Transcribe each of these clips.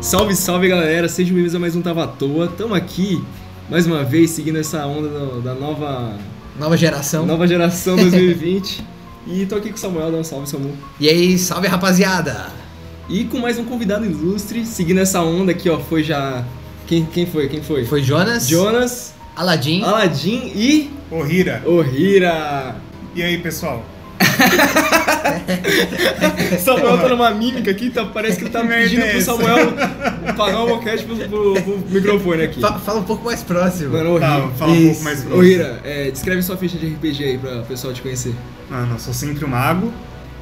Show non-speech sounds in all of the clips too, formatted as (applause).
Salve, salve galera, sejam bem-vindos a mais um Tava à Toa. Tamo aqui, mais uma vez, seguindo essa onda do- da nova, Nova geração. nova geração 2020. e tô aqui com o Samuel, dá um salve, Samu. E aí, salve rapaziada! E com mais um convidado ilustre, seguindo essa onda aqui, ó, foi já... Quem, quem foi? Quem foi? Foi Jonas, Jonas, Ah, Aladim. Aladim e... Ô, Hira. Ohira! E aí, pessoal? Samuel tá numa mímica aqui, tá, parece que ele tá Que merda pedindo é pro essa? Samuel pagar o boquete pro, pro- pro microfone aqui. Fa- fala um pouco mais próximo. Mano, Tá, horrível. fala um pouco Isso. mais Ô Hira, é, descreve sua ficha de RPG aí pra o pessoal te conhecer. Mano, eu sou sempre um mago.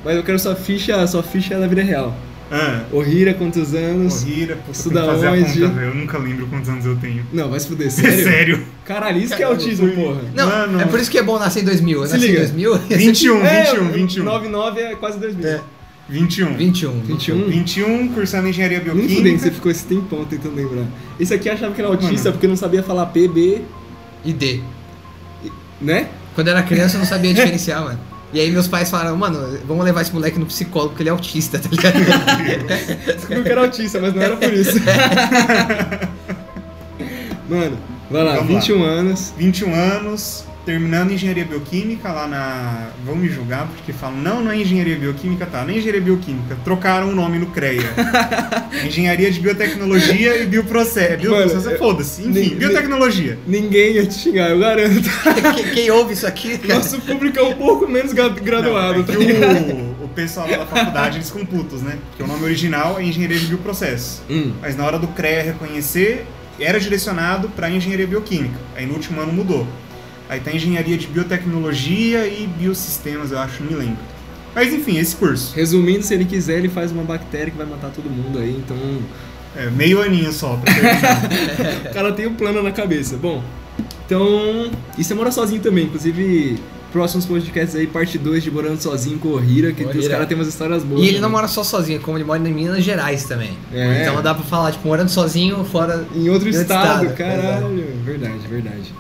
Mas eu quero sua ficha, sua ficha da vida real. Ah, Ô Hira, quantos anos? ô, Hira, pô, eu Estuda tenho que fazer onde? a conta, velho. Eu nunca lembro quantos anos eu tenho. (laughs) É Não, vai se fuder, Sério? sério? Caralho, isso que é autismo, porra. Não, Mano. é por isso que é bom nascer em 2000. Eu Se nasci liga. em 2000. 21, é, 21, 21. 99 é quase 2000. É. 21. 21. 21? 21, cursando engenharia Nem um? fudendo que você bioquímica. ficou esse tempão tentando lembrar. Esse aqui eu achava que era autista porque não sabia falar PB, E D. né? Quando eu era criança eu não sabia diferenciar, mano. E aí meus pais falaram, mano, vamos levar esse moleque no psicólogo porque ele é autista, (laughs) tá ligado? Descobriu que era autista, mas não era por (laughs) isso. Mano, vai lá, Vamos lá. 21 anos. 21 anos, terminando engenharia bioquímica lá na. Vão me julgar porque falam, não, não é engenharia bioquímica, tá? Não é engenharia bioquímica. Trocaram o nome no (laughs) CREA. engenharia de biotecnologia e bioprocesso. Bioprocesso, eu- foda-se. Enfim, nem- nem- biotecnologia. Ninguém ia te xingar, eu garanto. quem, quem ouve isso aqui, (laughs) cara? Nosso público é um pouco menos gra- graduado, Não, tá é ligado? que o, o pessoal lá da faculdade, eles computam, né? Porque o nome original é Engenharia de Bioprocesso. Hum. Mas na hora do CREA reconhecer, era direcionado para Engenharia Bioquímica. Aí no último ano mudou. Aí tá Engenharia de Biotecnologia e Biosistemas, eu acho, não me lembro. Mas enfim, esse curso. Resumindo, se ele quiser, ele faz uma bactéria que vai matar todo mundo aí, então. É, meio aninho só. Pra terminar. O cara tem um plano na cabeça. Bom, então. E você mora sozinho também, inclusive. Próximos podcasts aí, parte 2 de Morando Sozinho com o Hira, que O os Hira. caras têm umas histórias boas. E ele não também. mora só sozinho, como ele mora em Minas Gerais também. É. Então dá pra falar, tipo, morando sozinho, fora. Em outro Em outro estado, estado, caralho. Verdade, verdade.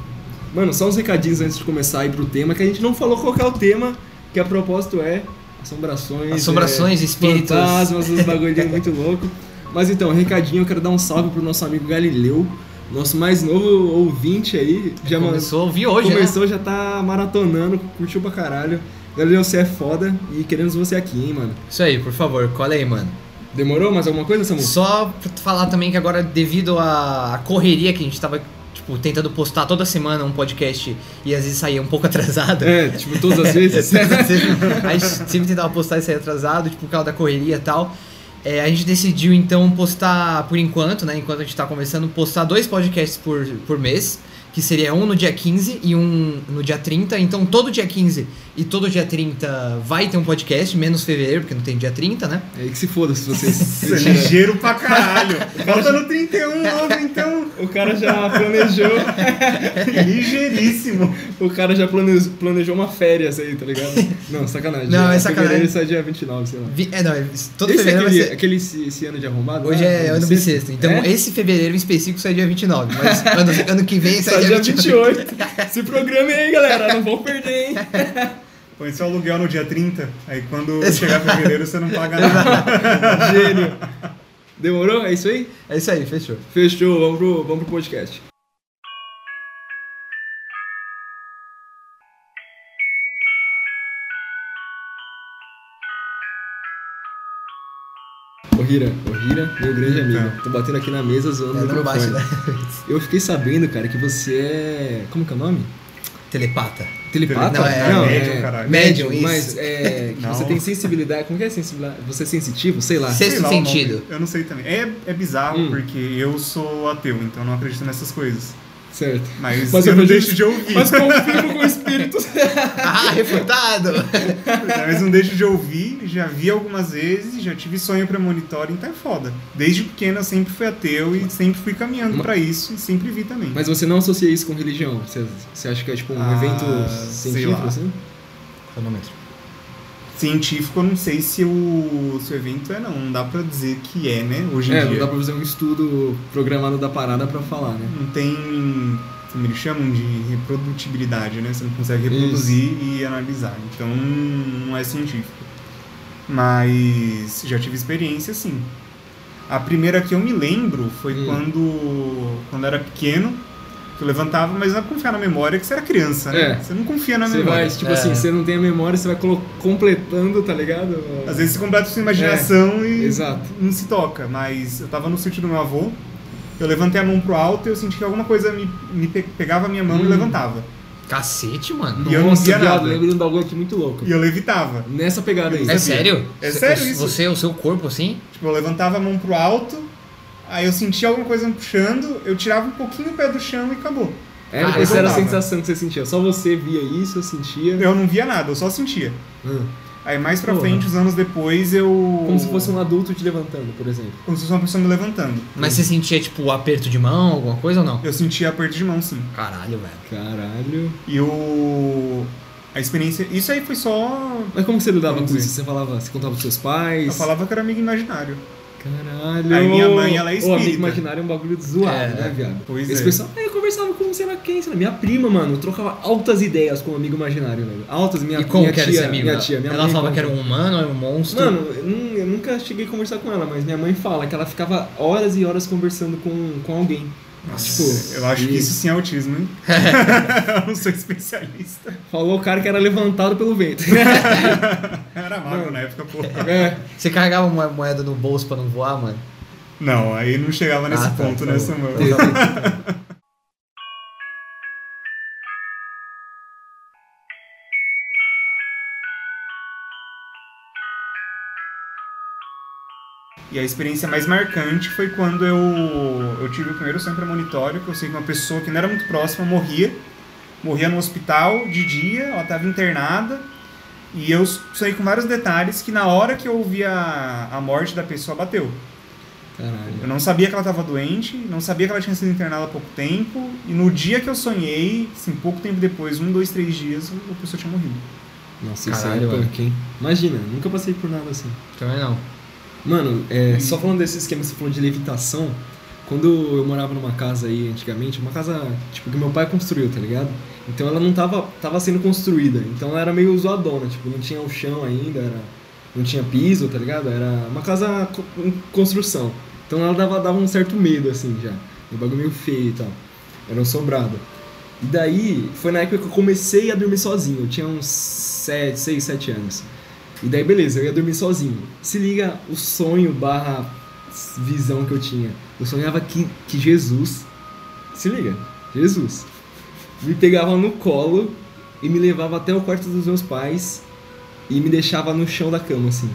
Mano, só uns recadinhos antes de começar aí pro tema, que a gente não falou qual que é o tema, que a propósito é assombrações. Assombrações, é, espíritos. Fantasmas, (laughs) uns bagulhinhos muito louco. Mas então, recadinho, eu quero dar um salve pro nosso amigo Galileu, nosso mais novo ouvinte aí. Já mandou- É, começou a ouvir hoje, né? começou, já tá maratonando, curtiu pra caralho. Galileu, você é foda e queremos você aqui, hein, mano. Isso aí, por favor, cola aí, mano. Demorou mais alguma coisa, Samu? Só pra tu falar também que agora, devido à à correria que a gente tava, tipo, tentando postar toda semana um podcast e às vezes saía um pouco (laughs) atrasado. É, tipo, todas (laughs) as vezes. a gente sempre tentava postar e sair atrasado, tipo, por causa da correria e tal. É, a gente decidiu então postar, por enquanto, né? Enquanto a gente tá conversando, postar dois podcasts por, por mês, que seria um no dia 15 e um no dia 30. Então todo dia 15 e todo dia 30 vai ter um podcast, menos fevereiro, porque não tem dia 30, né? É que se foda se vocês. Isso é ligeiro pra caralho. Falta no 31 novo, então. O cara já planejou, Ligeiríssimo. o cara já planejou, planejou uma férias aí, tá ligado? Não, sacanagem. Não, é Em sacanagem. Fevereiro sai dia 29, sei lá. Vi- É, não, é- todo esse é fevereiro vai aquele, ser. aquele esse, esse ano de arrombado? Hoje né? é ano bissexto, então (laughs) É? esse fevereiro em específico sai dia 29, mas ano, ano que vem sai, Sai dia 28. 28. Se programem aí, galera. Não vão (laughs) perder, hein? Põe seu aluguel no dia 30, aí quando chegar fevereiro você não paga nada. Gênio. Demorou? É isso aí? É isso aí, fechou. Fechou. Vamos pro, vamos pro podcast. Ô Hira, ô Hira, meu grande amigo. Tô batendo aqui na mesa zoando É, o não bate, microfone. né? Eu fiquei sabendo, cara, que você é. Como que é o nome? Telepata. Telepata? Não, é- médium, caralho. médium, Médium, mas isso. é. que Não. você tem sensibilidade. Como que é sensibilidade? Você é sensitivo? Sei lá. Sexto Sei lá o nome. sentido. Eu não sei também. É, é bizarro Hum. porque eu sou ateu, então eu não acredito nessas coisas. Certo. Mas, Mas eu, eu não acredito- deixo de ouvir. Mas Mas... (laughs) confirmo com espíritos. Ah, refutado! não deixo de ouvir, já vi algumas vezes, já tive sonho premonitório, então é foda. Desde pequeno eu sempre fui ateu e sempre fui caminhando Mas- pra isso e sempre vi também. Mas você não associa isso com religião? Você, você acha que é tipo um Ah, evento sei científico lá. assim? Cronômetro. Científico eu não sei se o, se o evento é não, não dá pra dizer que é, né, hoje em É, não dia. dá pra fazer um estudo programado da parada pra falar, né? Não tem, como eles chamam de reprodutibilidade, né? Você não consegue reproduzir e analisar. Então não é científico. Mas já tive experiência sim. A primeira que eu me lembro foi Hum. quando, quando eu era pequeno, que eu levantava, mas não confiar na memória, que você era criança, né? É. Você não confia na Você vai, memória. tipo É. assim, você não tem a memória, você vai colo- completando, tá ligado? Às vezes você completa sua imaginação É. e Exato. não se toca, mas eu tava no sítio do meu avô, eu levantei a mão pro alto e eu senti que alguma coisa me, me pe- pegava a minha mão e Hum. levantava. Cacete, mano. E eu não via viado, nada. lembrei de um bagulho aqui muito louco. E eu levitava. Nessa pegada aí. É sabia. sério? É Você- sério o- isso? Você, o seu corpo assim? Tipo, eu levantava a mão pro alto, aí eu sentia alguma coisa me puxando, eu tirava um pouquinho o pé do chão e acabou. Era, Ah, É, essa eu era a tava. sensação que você sentia. Só você via isso, eu sentia. Eu não via nada, eu só sentia. Hum. Aí mais pra Porra. frente, uns anos depois, eu. Como se fosse um adulto te levantando, por exemplo. Como se fosse uma pessoa me levantando. Mas você sentia, tipo, aperto de mão, alguma coisa ou não? Eu sentia aperto de mão, sim. Caralho, velho. Caralho. E o. A experiência. Isso aí foi só. Mas como que você lidava Vamos com isso? ver. Você falava, você contava pros seus pais? Eu falava que era amigo imaginário. Caralho. Aí minha mãe, ela é Ô, amigo espírita. imaginário é um bagulho zoado, É, né, viado? Pois Esse é. pessoal, aí eu conversava com sei lá quem, sei lá, minha prima, mano, eu trocava altas ideias com o amigo imaginário, velho. Altas, minha, e como minha que era tia, esse amigo? minha dela? tia, minha ela mãe falava conta. que era um humano, era um monstro. Mano, eu, nun- eu nunca cheguei a conversar com ela, mas minha mãe fala que ela ficava horas e horas conversando com, com alguém. Tipo, Eu acho que e isso sim é autismo, (laughs) hein? (laughs) eu não sou especialista. Falou o cara que era levantado pelo vento. (laughs) Era magro na época, pô. é. Você carregava uma moeda no bolso pra não voar, mano? Não, aí não chegava nesse Ah, tá, ponto, tá né, bom. Samuel? E a experiência mais marcante foi quando eu, eu tive o primeiro sonho premonitório, que eu sei que uma pessoa que não era muito próxima morria. Morria no hospital de dia, ela estava internada. E eu sonhei com vários detalhes que na hora que eu ouvi a, a morte da pessoa bateu. Caralho. Eu não sabia que ela estava doente, não sabia que ela tinha sido internada há pouco tempo. E no dia que eu sonhei, assim, pouco tempo depois, um, dois, três dias, a pessoa tinha morrido. Nossa, Caralho, isso aí é mano. punk, hein? Imagina, nunca passei por nada assim. Também não. Mano, é, só falando desse esquema, que você falou de levitação. Quando eu morava numa casa aí antigamente, uma casa tipo que meu pai construiu, tá ligado? Então ela não tava, tava sendo construída, então ela era meio zoadona, tipo, não tinha o chão ainda, era, não tinha piso, tá ligado? Era uma casa co- em construção. Então ela dava, dava um certo medo, assim, já. Um bagulho meio feio e tal. Era um sobrado. E daí, foi na época que eu comecei a dormir sozinho. Eu tinha uns 7, 6, 7 anos. E daí, beleza, eu ia dormir sozinho. Se liga o sonho barra visão que eu tinha. Eu sonhava que, que Jesus, se liga, Jesus, me pegava no colo e me levava até o quarto dos meus pais e me deixava no chão da cama, assim.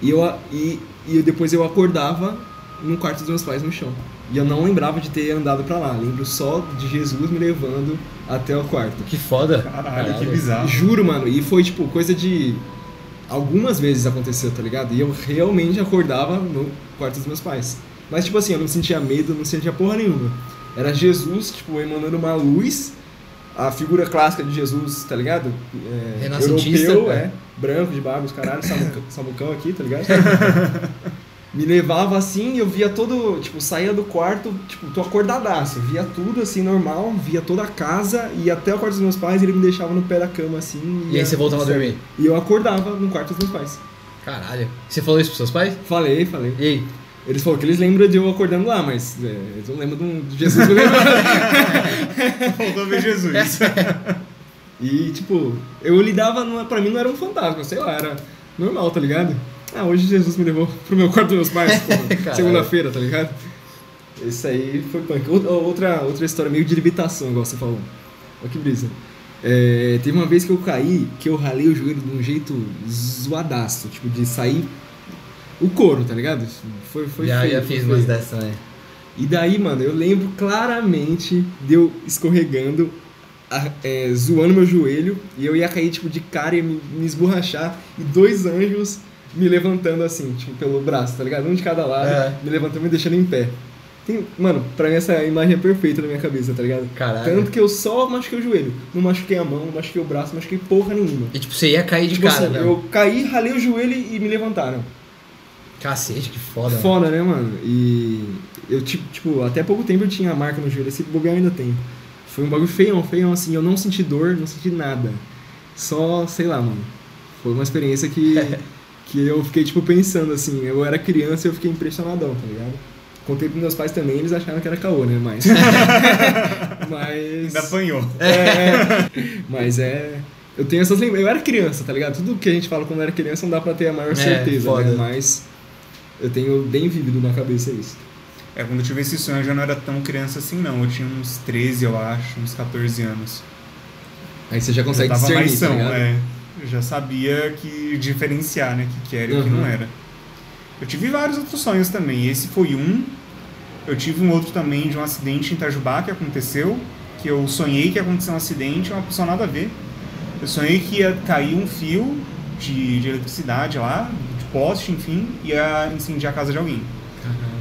E, eu, a- e, e eu- depois eu acordava no quarto dos meus pais no chão. E eu não lembrava de ter andado pra lá. Lembro só de Jesus me levando até o quarto. Que foda. Caralho, Caralho. que bizarro. Juro, mano. E foi, tipo, coisa de. Algumas vezes aconteceu, tá ligado? E eu realmente acordava no quarto dos meus pais. Mas, tipo assim, eu não sentia medo, não sentia porra nenhuma. Era Jesus, tipo, emanando uma luz. A figura clássica de Jesus, tá ligado? É, Renascentista, Europeu, é. né? Branco, de barba, os caralho, samucão, samucão aqui, tá ligado? Me levava assim e eu via todo. Tipo, saía do quarto, tipo, tô acordadaço. Via tudo assim, normal, via toda a casa e até o quarto dos meus pais, ele me deixava no pé da cama assim. E aí você voltava a dormir? E eu acordava no quarto dos meus pais. Caralho. Você falou isso pros seus pais? Falei, falei. E aí? Eles falaram que eles lembram de eu acordando lá, mas é, eles não lembram de um- de Jesus me levando. Faltou ver Jesus. E, tipo, eu lidava, não, pra mim não era um fantasma, sei lá, era normal, tá ligado? Ah, hoje Jesus me levou pro meu quarto dos meus (laughs) pais, porra, Caralho. segunda-feira, tá ligado? Isso aí foi punk. Outra- Outra, outra história meio de limitação, igual você falou. Olha que brisa. É, teve uma vez que eu caí, que eu ralei o joelho de um jeito zoadaço, tipo, de sair o couro, tá ligado? Foi, foi já, feio, já foi fiz feio. umas dessas, né? E daí, mano, eu lembro claramente de eu escorregando, a- é, zoando meu joelho, e eu ia cair, tipo, de cara e me, me esborrachar, e dois anjos me levantando assim, tipo, pelo braço, tá ligado? Um de cada lado, É. me levantando e me deixando em pé. Tem- mano, pra mim essa imagem é perfeita na minha cabeça, tá ligado? Caralho. Tanto que eu só machuquei o joelho, não machuquei a mão, não machuquei o braço, não machuquei porra nenhuma. E tipo, você ia cair de Tipo cara, assim, né? eu caí, ralei o joelho e me levantaram. Cacete, que foda. mano. Foda, né, mano? E eu, ti- tipo, até pouco tempo eu tinha a marca no joelho, esse bobear eu ainda tem. Foi um bagulho feião, feião, assim, eu não (laughs) senti dor, não senti nada. Só, sei lá, mano. Foi uma experiência que Que eu fiquei, tipo, pensando assim, eu era criança e eu fiquei impressionadão, tá ligado? Contei pros meus pais também, eles acharam que era caô, né? (laughs) Mas. (laughs) Ainda Mas. apanhou. É, mas é. Eu tenho essas lembranças. Eu era criança, tá ligado? Tudo que a gente fala quando era criança não dá pra ter a É, maior certeza, foda. né? Mas eu tenho bem vívido na cabeça isso. É, quando eu tive esse sonho eu já não era tão criança assim, não. Eu tinha uns 13, eu acho, uns 14 anos. Aí você já Eu consegue tava discernir, mais são, tá ligado? é. Eu já sabia que diferenciar, né? O que, que era e o que Uhum. não era. Eu tive vários outros sonhos também. Esse foi um. Eu tive um outro também de um acidente em Itajubá que aconteceu. Que eu sonhei que aconteceu um acidente, uma pessoa nada a ver. Eu sonhei que ia cair um fio de, de eletricidade lá, de poste, enfim, e ia incendiar a casa de alguém.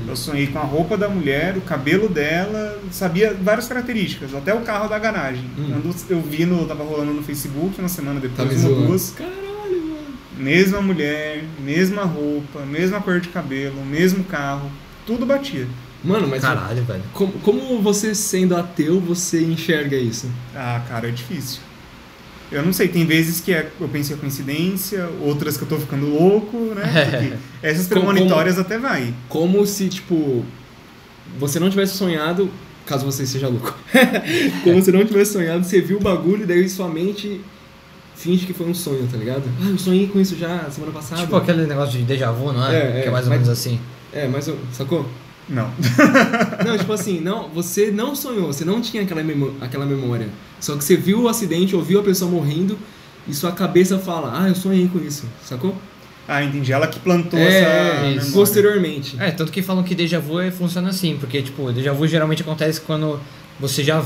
Eu sonhei com a roupa da mulher, o cabelo dela, sabia várias características, até o carro da garagem. Hum. Quando eu vi no. tava rolando no Facebook uma semana Tá me depois, uma ou zoando. duas. Caralho, mano. Mesma mulher, mesma roupa, mesma cor de cabelo, mesmo carro, tudo batia. Mano, mas Caralho, velho. como, como você sendo ateu, você enxerga isso? Ah, cara, é difícil. Eu não sei, tem vezes que é, eu penso que é coincidência, outras que eu tô ficando louco, (laughs) né? Porque essas Como- premonitórias até vai. Como se, tipo, você não tivesse sonhado, caso você seja louco. (laughs) como se não tivesse sonhado, você viu o bagulho e daí sua mente finge que foi um sonho, tá ligado? Ah, eu sonhei com isso já semana passada. Tipo aquele negócio de déjà vu, não é? É, que é é, mais ou mas- menos assim. É, mas eu, sacou? Não. Não, tipo assim, não, você não sonhou, você não tinha aquela, memó- aquela memória. Só que você viu o acidente, ouviu a pessoa morrendo e sua cabeça fala, ah, eu sonhei com isso, sacou? Ah, entendi. Ela que plantou essa. é, isso. memória. posteriormente. É, tanto que falam que déjà vu é- funciona assim, porque, tipo, déjà vu geralmente acontece quando você já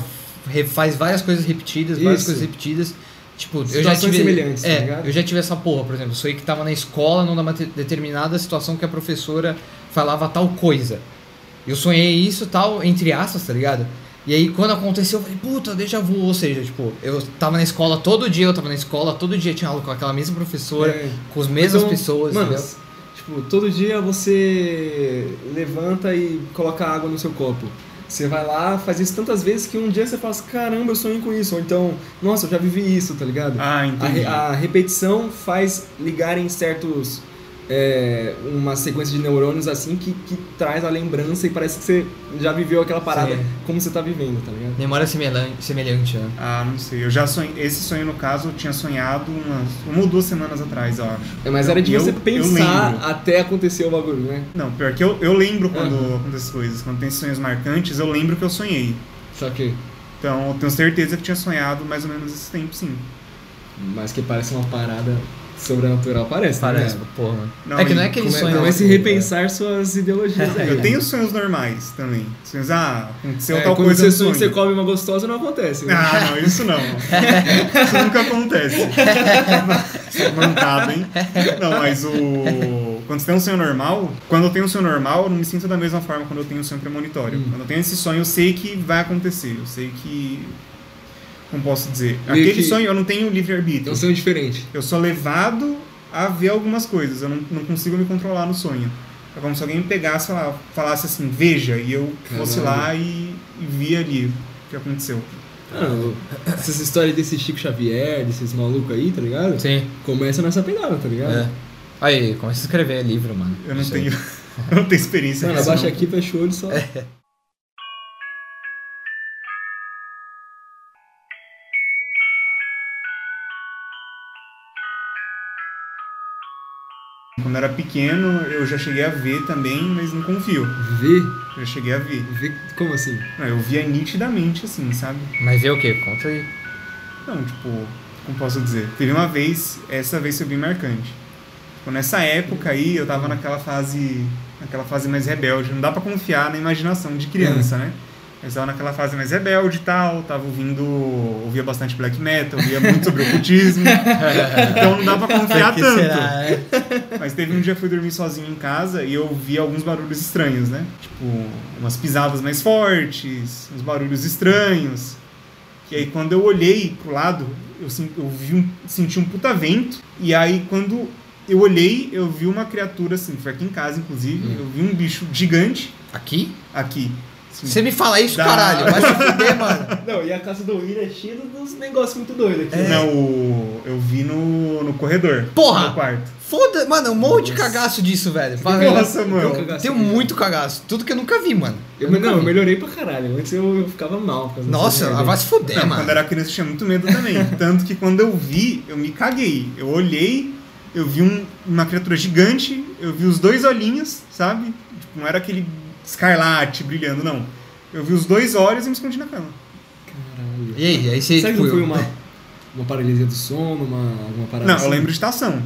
re- faz várias coisas repetidas, várias Isso. coisas repetidas. Tipo, eu já Situações tive. semelhantes, tá é, ligado? eu já tive essa porra, por exemplo. Sou eu que tava na escola numa te- determinada situação que a professora falava tal coisa. Eu sonhei isso tal, entre aspas, tá ligado? E aí quando aconteceu, eu falei, puta, déjà vu. Ou seja, tipo, eu tava na escola todo dia, eu tava na escola, todo dia tinha aula com aquela mesma professora, É. com as mesmas Então, pessoas, mano, entendeu? Tipo, todo dia você levanta e coloca água no seu copo. Você vai lá, faz isso tantas vezes que um dia você fala assim, caramba, eu sonhei com isso. Ou então, nossa, eu já vivi isso, tá ligado? Ah, A, entendi. re- a repetição faz ligarem certos. é, uma sequência de neurônios assim que, que traz a lembrança e parece que você já viveu aquela parada Sim. como você tá vivendo, tá ligado? Memória semelhan- semelhante, né? Ah, não sei. Eu já sonhei. Esse sonho, no caso, eu tinha sonhado umas uma ou duas semanas atrás, eu acho. É, mas era de Eu- você eu pensar lembro. até acontecer o bagulho, né? Não, pior que eu, eu lembro quando acontece essas coisas. Quando tem sonhos marcantes, eu lembro que eu sonhei. Só que. Então, eu tenho certeza que tinha sonhado mais ou menos esse tempo, sim. Mas que parece uma parada sobrenatural, parece, Parece, Né? porra, mano. Não, é que e não é aquele Come- sonho. Comece a né? repensar suas (laughs) ideologias aí. É, né? Eu tenho sonhos normais também. Sonhos, ah, aconteceu É, tal quando coisa. você eu sonha que você sonho. come uma gostosa, não acontece. Né? Ah, não, isso não. isso (laughs) nunca acontece. Isso é mancada, hein? Não, mas o. Quando você tem um sonho normal, quando eu tenho um sonho normal, eu não me sinto da mesma forma quando eu tenho um sonho premonitório. Hum. Quando eu tenho esse sonho, eu sei que vai acontecer. Eu sei que. Como posso dizer? Meio Aquele que- sonho eu não tenho É livre-arbítrio. um sonho diferente. Eu sou levado a ver algumas coisas. Eu não, não consigo me controlar no sonho. É como se alguém me pegasse e fala- falasse assim, veja, e eu fosse Caralho. lá e, e via ali o que aconteceu. Mano, Ah, essas histórias desse Chico Xavier, desses malucos aí, tá ligado? Sim, Começa nessa pegada, tá ligado? é. Aí, começa a escrever livro, mano. Eu não Isso aí. tenho, (laughs) eu não tenho experiência Mano, nisso, abaixa não. aqui, fecha o olho só. É. Quando eu era pequeno, eu já cheguei a ver também, mas não confio. Vê, Eu já cheguei a ver. vê, como assim? Não, eu via nitidamente, assim, sabe? Mas vê o quê? Conta aí. Não, tipo, como posso dizer? Teve uma vez, essa vez foi bem marcante. Tipo, nessa época aí, eu tava naquela fase, naquela fase mais rebelde. Não dá pra confiar na imaginação de criança, Uhum. né? Mas tava naquela fase mais rebelde e tal, tava ouvindo, ouvia bastante black metal, ouvia muito sobre (laughs) ocultismo. então não dá pra confiar Que tanto. será, é? Mas teve um dia que eu fui dormir sozinho em casa e eu ouvi alguns barulhos estranhos, né? Tipo, umas pisadas mais fortes, uns barulhos estranhos. E aí quando eu olhei pro lado, eu, sen- eu vi um, senti um puta vento. E aí quando eu olhei, eu vi uma criatura, assim, foi aqui em casa, inclusive, eu vi um bicho gigante Aqui? aqui. assim, Você me fala isso, Dá- caralho. Vai se fuder, mano. (laughs) Não, e a casa do Will é cheia dos É. negócios muito doidos aqui. né? Não, eu vi no, no corredor. Porra! No meu quarto. Foda, mano, um monte de cagaço disso, velho. Fala, Nossa, Eu mano. cagaço, Tenho cara. muito cagaço. Tudo que um eu nunca vi, mano. Eu, não, nunca eu vi. melhorei pra caralho. Antes eu, eu ficava mal. por causa dessa Nossa, ah, merda. vai se fuder, Não, mano. quando era criança eu tinha muito medo também. Tanto que quando eu vi, eu me caguei. Eu olhei, eu vi um- uma criatura gigante, eu vi os dois olhinhos, sabe? Tipo, não era aquele escarlate brilhando, não. Eu vi os dois olhos e me escondi na cama. Caralho. E aí, aí você. Será que tipo, não foi eu- uma, uma paralisia do sono, uma, alguma parada Não, assim? eu lembro de estação.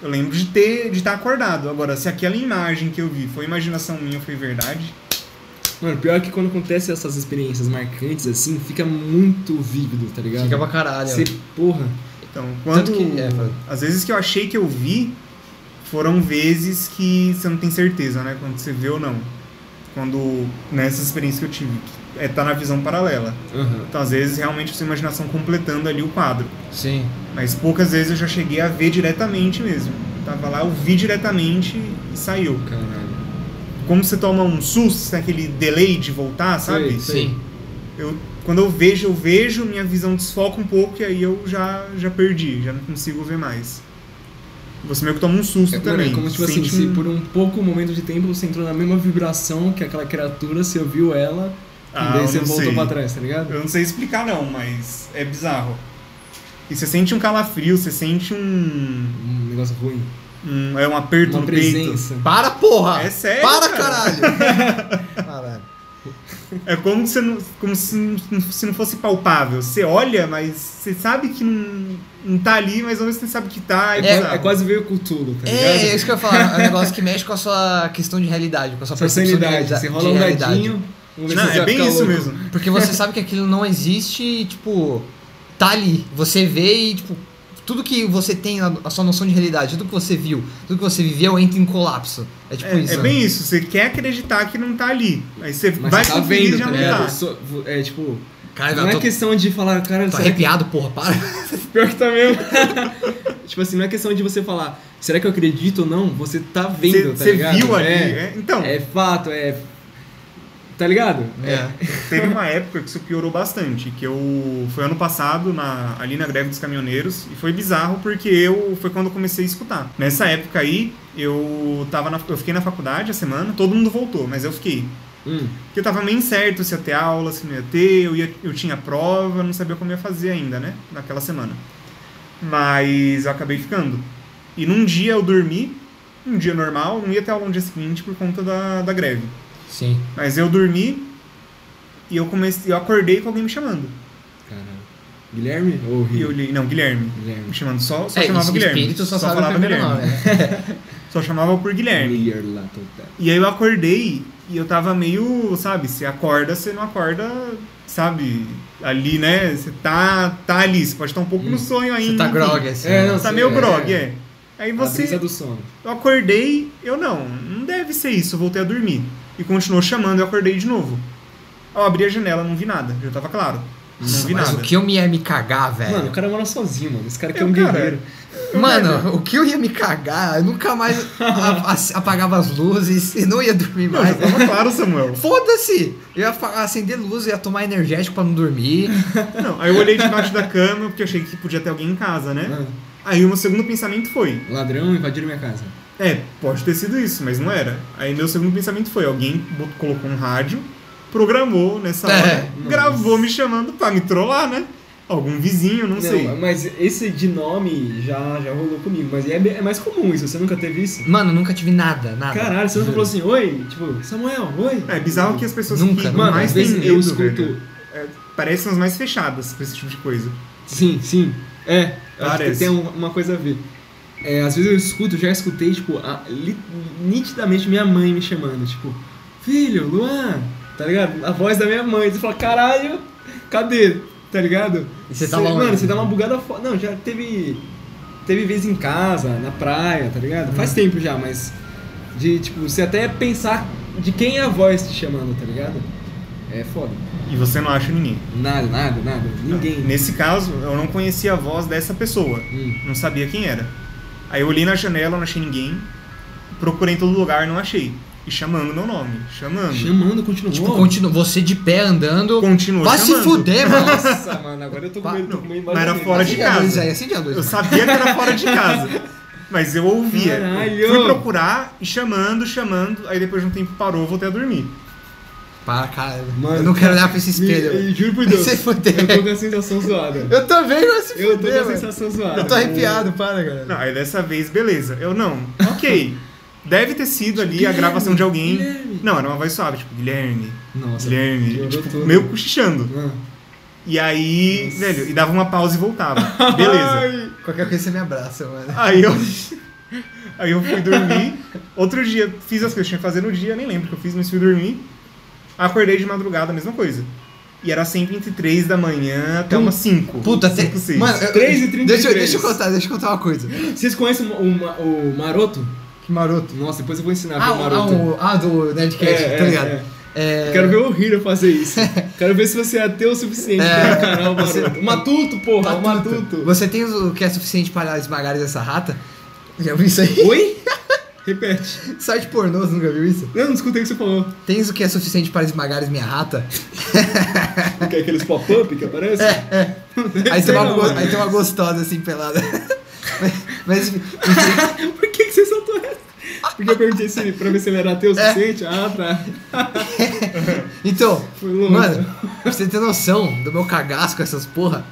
Eu lembro de ter, de estar acordado. Agora, se aquela imagem que eu vi foi imaginação minha, foi verdade. Mano, pior que quando acontece essas experiências marcantes assim, fica muito vívido, tá ligado? Fica pra caralho. Você, porra. Então, Tanto quando que- é, fala. as vezes que eu achei que eu vi foram vezes que você não tem certeza, né, quando você vê ou não. Quando nessa experiência que eu tive, que é tá na visão paralela. Aham. Então, às vezes realmente sua imaginação completando ali o quadro. Sim. Mas poucas vezes eu já cheguei a ver diretamente mesmo. Eu Tava lá, eu vi diretamente e saiu. Caralho. Como você toma um susto, tem aquele delay de voltar, sabe? Sei, sei. Sim. Eu, quando eu vejo, eu vejo, minha visão desfoca um pouco e aí eu já, já perdi, já não consigo ver mais. Você meio que toma um susto É, mano, também. é como tipo assim, sente se um- por um pouco momento de tempo você entrou na mesma vibração que aquela criatura, você ouviu ela, Ah, e daí eu você não voltou sei. pra trás, tá ligado? Eu não sei explicar não, mas é bizarro. E você sente um calafrio, você sente um. Um negócio ruim. um- é um aperto Uma no presença. Ah, Para, porra! É sério, Para, cara. caralho! caralho. peito. É como, se, não, como se, não- se não fosse palpável. Você olha, mas você sabe que não, não tá ali, mas ao mesmo tempo você sabe que tá. É, É, bizarro. é quase veio com tudo, tá ligado? É, é isso que eu ia falar. É um negócio que mexe com a sua questão de realidade, com a sua Sua percepção sanidade. de, realida- Você de rola um realidade. dadinho, vamos ver Não, se você é vai bem ficar isso louco. mesmo. Porque você sabe que aquilo não existe e, tipo, tá ali. Você vê e, tipo, tudo que você tem, a a sua noção de realidade, tudo que você viu, tudo que você viveu entra em colapso. É tipo É, isso. é bem isso, você quer acreditar que não tá ali. Aí você Mas vai você tá conferir e vendo, já tá não ligado? tá. Eu sou- vou- é tipo, Caralho, não eu é tá, tô, Tá questão de falar, cara, tô será que arrepiado, porra, para. Pior que tá mesmo. (laughs) tipo assim, não é questão de você falar, será que eu acredito ou não? Você tá vendo, tá Você ligado? viu ali. É, é. Então, é fato, é. Tá ligado? É. teve uma época que isso piorou bastante. Que eu. Foi ano passado, na- ali na greve dos caminhoneiros, e foi bizarro porque eu. Foi quando eu comecei a escutar. Nessa época aí, eu tava na- eu fiquei na faculdade a semana, todo mundo voltou, mas eu fiquei. Hum, Porque eu tava meio incerto se ia ter aula, se não ia ter, eu, ia, eu tinha prova, eu não sabia como ia fazer ainda, né? Naquela semana. Mas eu acabei ficando. E num dia eu dormi, um dia normal, não ia ter aula no dia seguinte por conta da, da greve. Sim. Mas eu dormi e eu comecei, eu acordei com alguém me chamando. caralho. Guilherme? Ou E Rio? eu olhei, não, Guilherme. Me Guilherme. chamando só, só É, chamava isso, Guilherme. espírito só, sabe falava o primeiro Guilherme. nome. né? Só chamava por Guilherme. Guilherme lá, então, tá. total. E aí eu acordei e eu tava meio, sabe, você acorda, você não acorda, sabe, ali, né? Você tá, tá ali, você pode estar um pouco no sonho ainda. Você tá (laughs) enfim. grog, assim. É, né? não, Você tá Sim, meio é. grog, é. Aí A brisa você. do sono. Eu acordei, eu não, não deve ser isso, eu voltei a dormir. E continuou chamando, eu acordei de novo. Eu abri a janela, não vi nada, já tava claro. não vi Mas nada. o que eu me ia me cagar, velho? Mano, o cara mora sozinho, mano. Esse cara aqui é Eu, um É. cara, guerreiro. Mano, o que eu ia me cagar, eu nunca mais a- a- apagava as luzes e não ia dormir Não, já mais. tava claro, Samuel. Foda-se! Eu ia fa- acender luz, eu ia tomar energético pra não dormir. Não, aí eu olhei debaixo da cama, porque eu achei que podia ter alguém em casa, Hum. né? Ah, Aí o meu segundo pensamento foi, ladrão invadiram minha casa. É, pode ter sido isso, mas não era. Aí meu segundo pensamento foi: alguém bot- colocou um rádio, programou nessa hora, É, gravou me chamando pra me trollar, né? Algum vizinho, não, sei. mas esse de nome já, já rolou comigo. Mas é, é mais comum isso. Você nunca teve isso? Mano, nunca tive nada, nada. Caralho, você nunca falou assim, oi? Tipo, Samuel, oi? É bizarro que as pessoas Nunca, que nunca. Mano, mais às têm vezes medo, eu escuto. velho, parecem as mais fechadas pra esse tipo de coisa. Sim, sim. É, eu acho que Parece. tem um- uma coisa a ver. É, às vezes eu escuto, já escutei, tipo, a- li- nitidamente minha mãe me chamando, tipo, filho, Luan, tá ligado? A voz da minha mãe. Você fala, caralho, cadê? Tá ligado? E você tá Cê- lá onde? Mano, você dá uma bugada foda. Não, já teve. Teve vez em casa, na praia, tá ligado? Uhum. Faz tempo já, mas. De, tipo, você até pensar de quem é a voz te chamando, tá ligado? É foda. E você não acha ninguém. Nada, nada, nada. Ninguém. Nesse caso, eu não conhecia a voz dessa pessoa, Hum. não sabia quem era. Aí eu olhei na janela, não achei ninguém, procurei em todo lugar, não achei. E chamando meu nome, chamando. Chamando, continuou. Ah, Tipo, continua, você de pé andando. Continuou Vai chamando. se (laughs) fuder, mano. Nossa, mano, agora eu tô com medo, tô com medo Não, mas era ainda. fora Acende de a luz casa. aí, acende a luz. Eu mano. sabia que era fora de casa. Mas eu ouvia. Eu Caralho! Fui procurar e chamando, chamando, aí depois de um tempo parou, voltei a dormir. Pá, cara, Mano, eu não quero olhar pra esse espelho. Me- Juro (laughs) por Deus. Você fudeu. Eu tô com a sensação zoada. Eu também, mas se Eu tô com fuder, a mano. sensação zoada. Eu tô arrepiado, para, galera. Não, aí dessa vez, beleza. Eu não, ok. Deve ter sido ali a gravação de alguém. Guilherme. Não, era uma voz suave, tipo, Guilherme, Nossa. Guilherme, piorou tipo, tudo. meio cochichando. Ah. E aí, Nossa. velho, e dava uma pausa e (laughs) voltava. Beleza. Ai. Qualquer coisa você me abraça, mano. Aí eu. (laughs) Aí eu fui dormir. Outro dia, fiz as coisas que tinha que fazer no dia, nem lembro o que eu fiz, mas fui dormir. Acordei de madrugada, a mesma coisa. E era sempre entre 3 da manhã até Pum. umas 5. Puta, é tem. 5, 6. Mano, eu- 3h33. Deixa, eu- deixa eu contar, deixa eu contar uma coisa. Vocês conhecem o, o Ma- o Maroto? Que maroto. Nossa, depois eu vou ensinar Ah, pro o- ah, Maroto. o- ah, do Nerdcast, É, tá é, ligado? é. É, Eu Quero ver o Hiro fazer (laughs) isso. Quero ver se você é ateu o suficiente É. pra encarar o Você- Maroto. O Matuto, porra, o Matuto. Você tem o que é suficiente para esmagar essa rata? Já viu isso aí? Oi? Repete. (laughs) Site pornô, você nunca viu isso? Eu não escutei o que você falou. Tens o que é suficiente para esmagar minha rata? (laughs) Que é aqueles pop-up que aparecem? É, Aí, tem Sei uma, não, go- mano. aí tem uma gostosa assim pelada. (laughs) Mas- Mas, enfim, (laughs) Por que, que você soltou essa? Porque eu perguntei se ele, pra ver se ele era ateu o É. suficiente. Ah, tá. então, Foi longe. mano, pra você ter noção do meu cagaço com essas porra,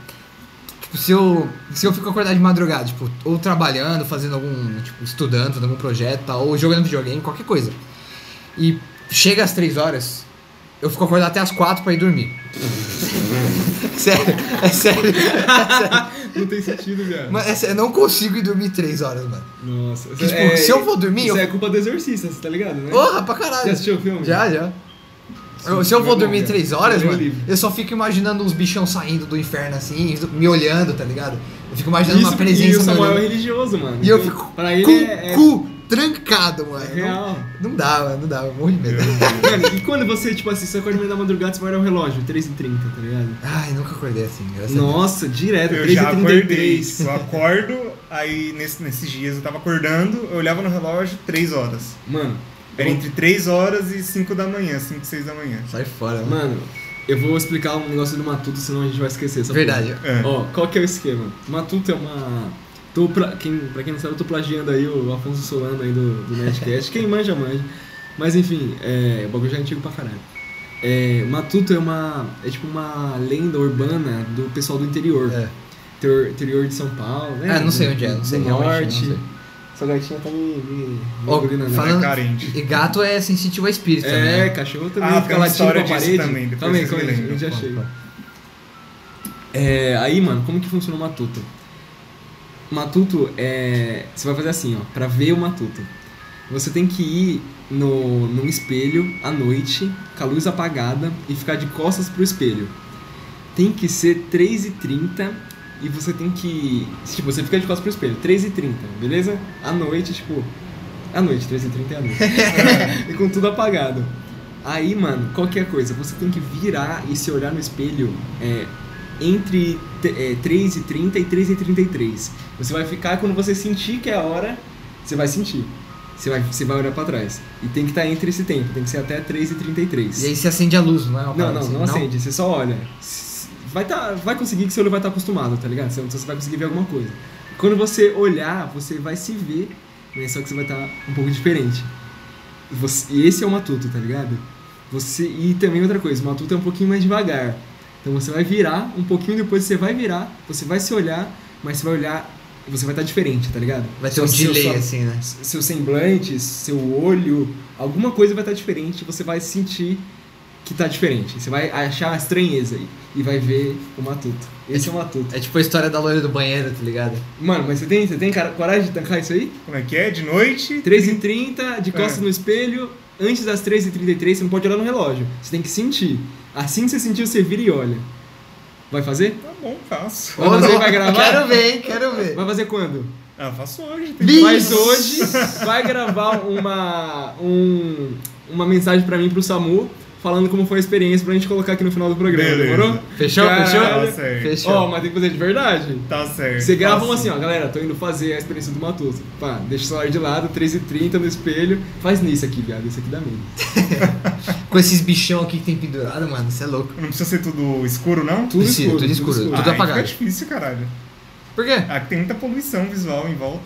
tipo, se eu, se eu fico acordado de madrugada, tipo, ou trabalhando, fazendo algum, tipo, estudando, fazendo algum projeto, tal, ou jogando videogame, qualquer coisa, e chega às 3 horas, eu fico acordado até às 4 pra ir dormir. (laughs) sério, é sério, (laughs) Não tem sentido, viado. Mas é sério, eu não consigo ir dormir 3 horas, mano. Nossa. Tipo, se eu vou dormir, Isso eu- é culpa do exorcista, você tá ligado, né? Porra, pra caralho. Já assistiu o filme? Já, já. Eu- se eu Foi é vou bom, dormir cara. três horas, Deus mano, livre. eu só fico imaginando os bichão saindo do inferno assim, me olhando, tá ligado? Eu fico imaginando Isso, e uma o presença me Samuel é olhando. religioso, mano. E eu Então, fico Pra ele com é, o cu trancado, mano. é real. É. Não, não dá, mano, não dá, eu morro de medo. Mano, e quando você, tipo assim, você acorda no meio da madrugada, você vai olhar o relógio, 3h30, tá ligado? Ai, nunca acordei assim, graças a Deus. Nossa, direto, (laughs) Eu já acordei. 3h33. Tipo, eu acordo, aí nesse- nesses dias eu tava acordando, eu olhava no relógio 3 horas. Mano, Era eu- entre 3 horas e 5 da manhã, 5, 6 da manhã. Sai fora, mano. Mano, eu vou explicar um negócio do Matuto, senão a gente vai esquecer. essa Verdade. porra. É. Ó, qual que é o esquema? Matuto é uma. Tô pra... Quem, pra quem não sabe, eu tô plagiando aí o Afonso Solano aí do, do Nerdcast. quem manja, manja. Mas enfim, é... o bagulho já é antigo pra caralho. É, Matuto é uma. É tipo uma lenda urbana do pessoal do interior. É. Interior, interior de São Paulo, né? Ah, não sei Do- onde é, não sei, do realmente, norte. não sei. Sua gatinha tá me. me, me Ó, engolindo, né? Ela Falando- é carente. E gato é sensitivo a espírito, É, né? cachorro também Ah, tem fica uma latindo história pra disso parede. também, depois calma aí, vocês calma me aí, lembram. eu já Pô, achei. pô. É, aí, mano, como que funciona o matuto? Matuto é. Você vai fazer assim, ó, pra ver o matuto. Você tem que ir no, num espelho à noite, com a luz apagada, e ficar de costas pro espelho. Tem que ser 3h30 e você tem que. Tipo, você fica de costas pro espelho, 3h30, beleza? À noite, tipo. À noite, 3h30 é à noite. e com tudo apagado. Aí, mano, qualquer coisa, você tem que virar e se olhar no espelho é, entre te- é, 3h30 e 3h33. Você vai ficar quando você sentir que é a hora, você vai sentir. Você vai, você vai olhar pra trás. E tem que estar entre esse tempo, tem que ser até 3h33. E aí você acende a luz, não é? Uma Não, parada não, assim, não acende, você só olha. S- Vai, tá, vai conseguir que seu olho vai estar acostumado, tá ligado? Você, você vai conseguir ver alguma coisa. Quando você olhar, você vai se ver, né? Só que você vai estar um pouco diferente. Você- e esse é o matuto, tá ligado? Você, e também outra coisa, o matuto é um pouquinho mais devagar. Então você vai virar, um pouquinho depois você vai virar, você vai se olhar, mas você vai olhar, você vai estar diferente, tá ligado? Vai ter um Seu- seu- delay, sua- assim, né? seu semblante, seu olho, alguma coisa vai estar diferente, você vai sentir que tá diferente. Você vai achar a estranheza aí e vai ver o matuto. Esse é o matuto. É tipo a história da loira do banheiro, tá ligado? Mano, mas você tem, você tem cara- coragem de tancar isso aí? Como é que é? De noite? 3h30, de costas É. no espelho, antes das 3h33, você não pode olhar no relógio. Você tem que sentir. Assim que você sentir, você vira e olha. Vai fazer? Tá bom, faço. Vai fazer, Ô, vai gravar? Quero ver, hein? Quero ver. Vai fazer quando? Ah, faço hoje. tem- Vixe! Mas hoje vai gravar uma, um- uma mensagem pra mim pro Samu falando como foi a experiência pra gente colocar aqui no final do programa, Beleza. demorou? Fechou? Caralho. Tá certo. Fechou? Ó, mas tem que fazer de verdade. Tá certo. Você grava um faço. assim, ó, galera, tô indo fazer a experiência do Matuto. Pá, deixa o celular de lado, 3h30 no espelho. Faz nisso aqui, viado, isso aqui dá medo. Com esses bichão aqui que tem pendurado, mano, você é louco. Não precisa ser tudo escuro, não? Tudo Precisa, escuro, tudo escuro. ah, Tudo aí apagado. Fica difícil, caralho. Ah, Por quê? Aqui tem muita poluição visual em volta.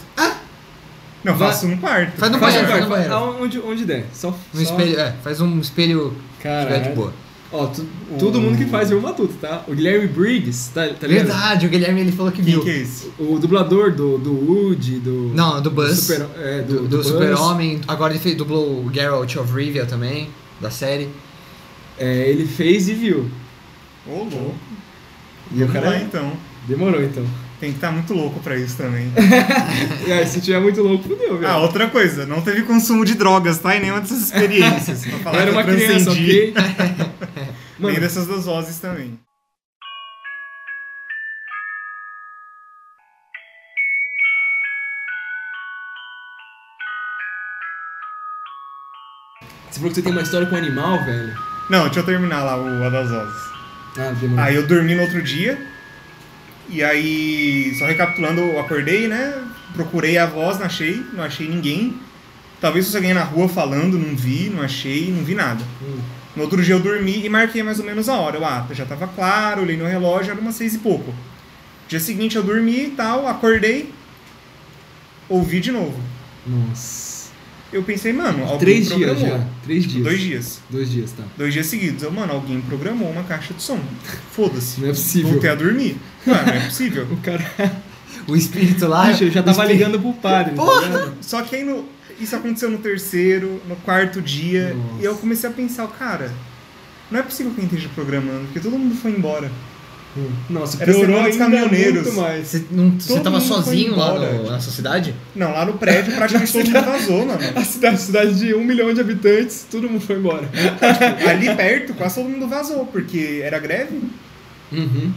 Não, Vai- faço um quarto. Faz no Faz um banheiro, faz quarto, no banheiro. aonde, onde der. Só, Um só... tá espelho, é, faz um espelho se Caralho. tiver de boa. Ó, tu- todo mundo que faz viu o Matuto, tá? O Guilherme Briggs, tá, tá ligado? Verdade, o Guilherme ele falou que Quem viu. que é esse? O dublador do, do Woody, do. Não, do Buzz. Super, é, do, do, do do Buzz. Super-Homem. Agora ele fez, dublou o Geralt of Rivia também, da série. É, ele fez e viu. Ô, louco. E o Vamos lá, cara. então. Demorou então. Tem que estar muito louco pra isso também. E aí, se tiver muito louco, fudeu, velho. ah, outra coisa. Não teve consumo de drogas, tá? Em nenhuma dessas experiências. Pra falar Eu era que eu uma criança, transcendi, (laughs) ok? Nem Mano, dessas das vozes também. você falou que você tem uma história com animal, velho. Não, deixa eu terminar lá o A das Vozes. Ah, demorou. Aí eu dormi no outro dia. E aí, só recapitulando, eu acordei, né? Procurei a voz, não achei, não achei ninguém. Talvez fosse alguém na rua falando, não vi, não achei, não vi nada. Hum. No outro dia eu dormi e marquei mais ou menos a hora. Eu, ah, já tava claro, olhei no relógio, era umas seis e pouco. Dia seguinte eu dormi e tal, acordei, ouvi de novo. Hum, Nossa. Eu pensei, mano, alguém Três programou. Tipo, dias já. Três dias. Dois dias. Dois dias, tá. Dois dias seguidos. Eu, mano, alguém programou uma caixa de som. Foda-se. Não é possível. Voltei a dormir. Mano, não é possível. O cara O (laughs) espírito lá. eu já o tava espírito- ligando pro padre. tá Ah, Porra! ligado? Só que aí no, isso aconteceu no terceiro, no quarto dia, Nossa. e eu comecei a pensar, cara, não é possível que eu esteja programando, porque todo mundo foi embora. Hum. Nossa, Era piorou semana dos ainda caminhoneiros. muito mais. Você, não, você Todo tava mundo foi sozinho lá embora, no- tipo. na sua cidade? Não, lá no (laughs) prédio praticamente todo mundo vazou, mano. A cidade, cidade de um milhão de habitantes, todo mundo foi embora. Ali perto, quase todo mundo vazou, porque era greve. Uhum.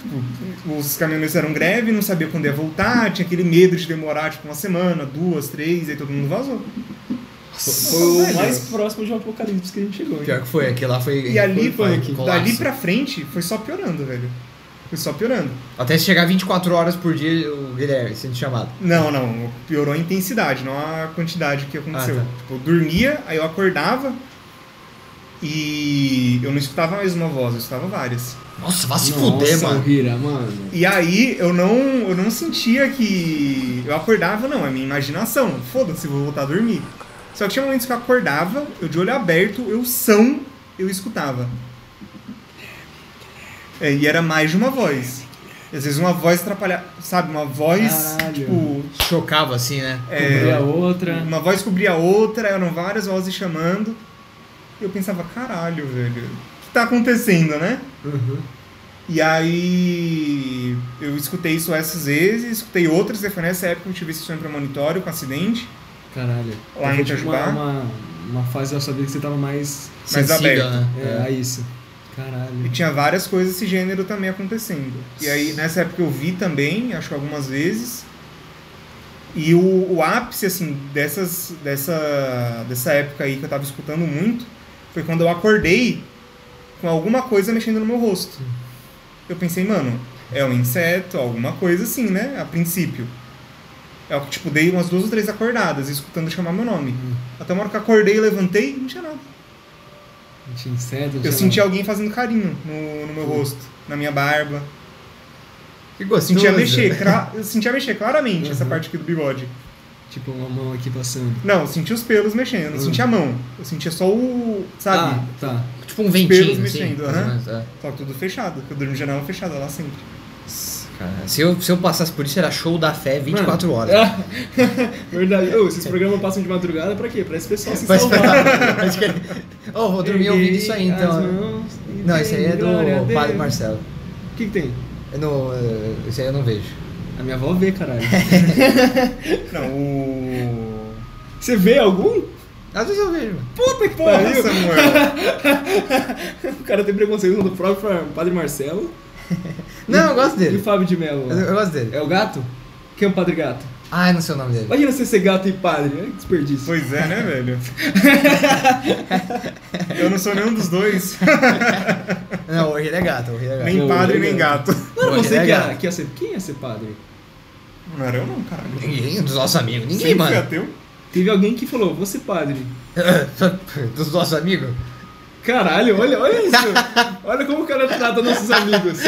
Tipo, os caminhoneiros eram greve, não sabia quando ia voltar, tinha aquele medo de demorar, tipo, uma semana, duas, três, aí todo mundo vazou. Foi o Velho. mais próximo de um apocalipse que a gente chegou. hein? Pior que foi, aquele lá foi. E ali, foi, mano, um dali colapso. pra frente, foi só piorando, velho. Foi só piorando. Até se chegar 24 horas por dia, o Guilherme sendo chamado. Não, não. Piorou a intensidade, não a quantidade que aconteceu. Ah, tá. Tipo, eu dormia, aí eu acordava e eu não escutava mais uma voz, eu escutava várias. Nossa, vai se fuder, Nossa, mano. Rira, mano. E aí eu não, eu não sentia que. Eu acordava, não, é minha imaginação. Foda-se, vou voltar a dormir. Só que tinha momentos que eu acordava, eu de olho aberto, eu são, eu escutava. É, e era mais de uma voz. E às vezes uma voz atrapalhava, sabe? Uma voz, Caralho. tipo, Chocava assim, né? Cobrir a outra. Uma voz cobria a outra, eram várias vozes chamando. E eu pensava, caralho, velho, o que tá acontecendo, né? Uhum. E aí eu escutei isso essas vezes, escutei outras, e foi nessa época que eu tive esse sonho premonitório com acidente. Caralho. Lá em Eu tive uma, Itajubá? uma, uma fase da sua vida que você tava mais Mas aberto. né? é, a isso. Caralho. E tinha várias coisas desse gênero também acontecendo. E aí nessa época eu vi também, acho que algumas vezes. E o, o ápice, assim, dessas, dessa, dessa época aí que eu tava escutando muito, foi quando eu acordei com alguma coisa mexendo no meu rosto. Eu pensei, mano, é um inseto, alguma coisa assim, né? A princípio. Eu, tipo, dei umas duas ou três acordadas, escutando chamar meu nome. Hum. Até uma hora que eu acordei, levantei, não tinha nada. Não tinha inseto, não Eu tinha senti nada. alguém fazendo carinho no, no meu Uhum. rosto, na minha barba. Que Eu gostoso. sentia mexer, cra- eu sentia mexer claramente né? essa Uhum. parte aqui do bigode. Tipo, uma mão aqui passando. Não, eu sentia os pelos mexendo, eu Uhum. sentia a mão. Eu sentia só o. Sabe? Ah, tá. Tipo um ventinho, pelos assim. mexendo, mais ou aham. menos, é. Só que tudo fechado, porque eu durmo de janela fechada lá sempre. Cara, se eu, se eu passasse por isso, era show da fé 24 horas. Verdade. Ô, esses programas passam de madrugada pra quê? Pra esse pessoal se Mas, salvar. mas que... oh, vou dormir ouvindo isso aí, então. Não, isso aí é do Padre Marcelo. O que, que tem? Eu não, eh, isso aí eu não vejo. A minha avó vê, (laughs) caralho. Não, (laughs) o. Você vê algum? Às vezes eu vejo. mano. Puta que Porra, pariu! Samuel! O cara tem preconceito contra o próprio Padre Marcelo Não, eu gosto e o dele. Fábio de Mello. Eu, eu gosto dele. É o gato? Quem é o Padre Gato? Ah, eu não sei o nome dele. Imagina você ser gato e padre, né? Que desperdício. Pois é, né, (laughs) velho? Eu não sou nenhum dos dois, Não, o Rei é gato, o Rei é gato. nem Não, padre ele é nem gato. gato. Não era Pô, ele você é que ia, gato. que ia ser. Quem ia ser padre? Não era eu, não, caralho. Ninguém um dos nossos amigos, ninguém, Sempre fui mano. ateu. (laughs) Teve alguém que falou, vou ser padre. dos nossos amigos? Caralho, olha, olha isso. (laughs) olha como o cara trata nossos amigos.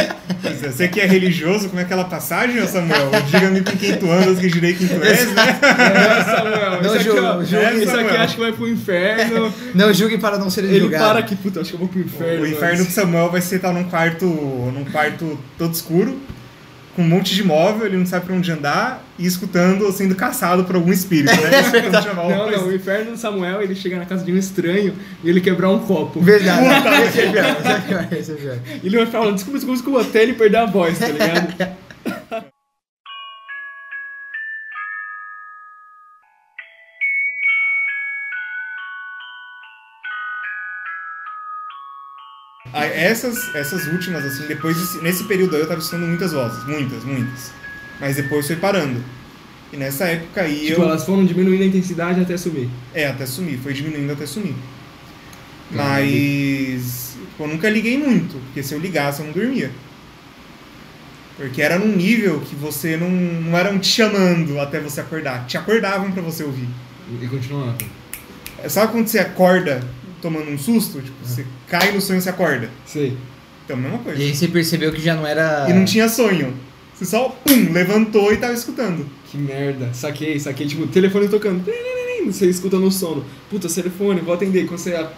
Pois é, Você que é religioso, como é aquela passagem, ô Samuel? Diga-me com quem tu andas, que direi quem tu és, né? É, Samuel, isso Não, aqui, Ju- ó, Ju- isso aqui Samuel. acho que vai pro (laughs) inferno. Não julguem para não serem Ele julgados. para aqui, puta, acho que eu vou pro inferno. O inferno mano. do Samuel vai ser estar num quarto, num quarto todo escuro, com um monte de móvel, ele não sabe pra onde andar, e escutando, sendo caçado por algum espírito, né? (laughs) Escutando chamar alguma Não, não, o coisa. inferno do Samuel, ele chega na casa de um estranho e ele quebrar um copo. Verdade. Esse é pior, esse é pior, esse é pior. E ele vai falando, desculpa, desculpa, desculpa, até ele perder a voz, tá ligado? (laughs) Ah, Essas, essas últimas, assim, depois desse- nesse período aí eu tava escutando muitas vozes, muitas, muitas. Mas depois foi parando. E nessa época aí tipo, eu. elas foram diminuindo a intensidade até sumir. É, até sumir, foi diminuindo até sumir. Mas tipo, eu nunca liguei muito, porque se eu ligasse eu não dormia. Porque era num nível que você não, não eram te chamando até você acordar, te acordavam pra você ouvir. E continuava. É, Sabe quando você acorda tomando um susto? Tipo, você cai no sonho e você acorda. Sei. Então, mesma coisa. E aí você percebeu que já não era. E não tinha sonho. Você só, pum, levantou e tava escutando. Que merda. Saquei, saquei. Tipo, telefone tocando. Você escuta no sono. Puta, é telefone, vou atender. Quando você a-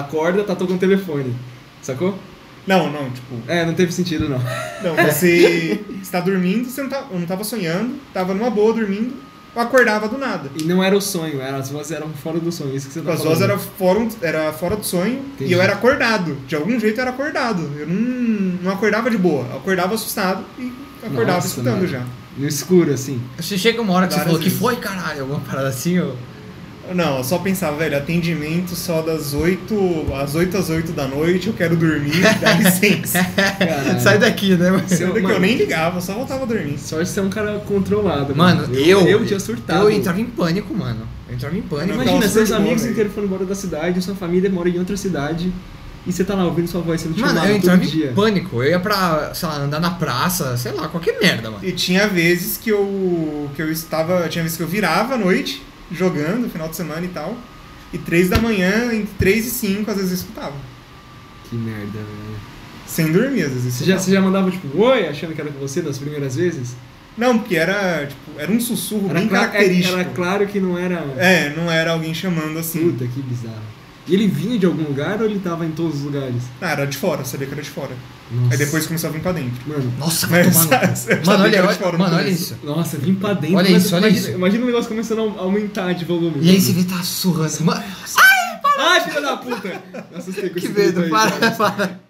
acorda, tá tocando telefone. Sacou? Não, não, tipo, É, não teve sentido, não. Não, você está dormindo, você não tá, eu não tava sonhando, tava numa boa dormindo, eu acordava do nada. E não era o sonho, era, as vozes eram fora do sonho. Isso que você tá As falando. vozes eram fora, um, era fora do sonho Entendi. e eu era acordado. De algum jeito eu era acordado. Eu não, não acordava de boa, eu acordava assustado e acordava Nossa, né? escutando mano. já. No escuro, (laughs) assim. Você chega uma hora que você Várias falou que vezes. foi, caralho, alguma parada assim, ou. Não, eu só pensava, velho, atendimento só das 8 às 8 às 8 da noite, eu quero dormir, (laughs) dá licença. É. Caralho. Sai daqui, né? mano? Seu- Sendo que eu mano. nem ligava, eu só voltava a dormir. Sorte você é um cara controlado. Mano, eu. Eu tinha surtado. Eu entrava em pânico, mano. Eu entrava em pânico. Não, Imagina, Nossa, seus foi amigos bom, inteiros foram embora da cidade, sua família mora em outra cidade, e você tá lá ouvindo sua voz sendo Mano, chamada eu todo entrava dia. em pânico. Eu ia pra, sei lá, andar na praça, sei lá, qualquer merda, mano. E tinha vezes que eu que eu estava, tinha vezes que eu virava à noite jogando, final de semana e tal. E três da manhã, entre três e cinco, às vezes eu escutava. Que merda, velho. Sem dormir, às vezes. Você eu já, escutava. você já mandava, tipo, oi, achando que era com você nas primeiras vezes? Não, porque era, tipo, era um sussurro Era, bem cla- é, característico. era claro que não era. É, não era alguém chamando assim. Puta, que bizarro. E ele vinha de algum lugar ou ele tava em todos os lugares? Ah, era de fora, eu sabia que era de fora. Nossa. Aí depois começou a vir pra dentro. Mano, Nossa, vai tomar no Eu sabia cu. Mano, que olha, era de olha- fora no mano, olha começo. isso. nossa, vim pra dentro. Olha mas isso, olha imagina, isso. Imagina o negócio começando a aumentar de volume. E aí você vê tá surrando. Mano, Ai, filha da puta! Me assustei com que esse grito medo, aí. para, para.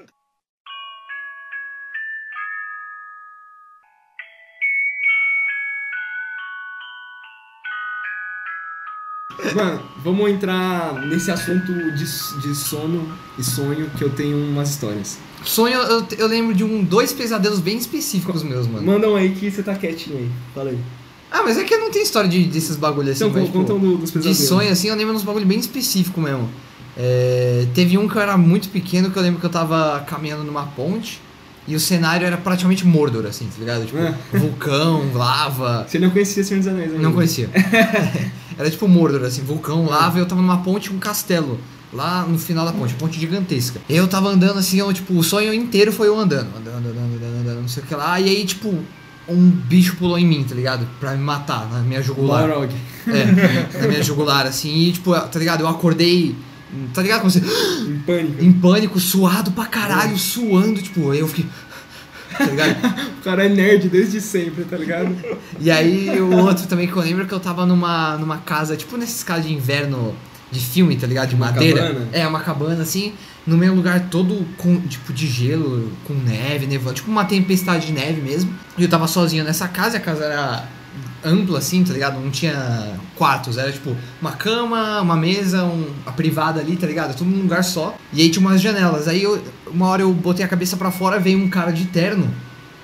Mano, vamos entrar nesse assunto de, de sono e sonho que eu tenho umas histórias. Sonho, eu, eu lembro de um, dois pesadelos bem específicos meus, mano. Mandam aí que você tá quietinho aí. Fala aí. Ah, mas é que eu não tenho história de, desses bagulho assim, Então, mas, con- tipo, contam do- dos de pesadelos. sonho, assim, eu lembro uns bagulho bem específico mesmo. É, teve um que eu era muito pequeno, que eu lembro que eu tava caminhando numa ponte e o cenário era praticamente Mordor, assim, tá ligado? Tipo, É. vulcão, lava, Você não conhecia Senhor dos Anéis ainda? Não conhecia. (laughs) Era tipo Mordor, assim, vulcão, lava, e eu tava numa ponte, um castelo. Lá no final da ponte, ponte gigantesca. Eu tava andando assim, eu, tipo, o sonho inteiro foi eu andando, andando, andando, andando, andando, não sei o que lá. E aí, tipo, um bicho pulou em mim, tá ligado? Pra me matar, na minha jugular. Balrog. É, na minha jugular, assim. E, tipo, tá ligado? Eu acordei, tá ligado? Como você Em pânico. (gasps) em pânico, suado pra caralho, suando, tipo, aí eu fiquei. Tá ligado? O cara é nerd desde sempre, tá ligado? E aí o outro também que eu lembro é que eu tava numa, numa casa, tipo nessas casas de inverno de filme, tá ligado? De Uma madeira. cabana? É, uma cabana assim, no meio lugar todo com, tipo, de gelo, com neve, nevando, tipo uma tempestade de neve mesmo. E eu tava sozinho nessa casa, e a casa era ampla assim, tá ligado? Não tinha quartos, era tipo uma cama, uma mesa, um, a privada ali, tá ligado? Tudo num lugar só. E aí tinha umas janelas. Aí eu- uma hora eu botei a cabeça pra fora, veio um cara de terno,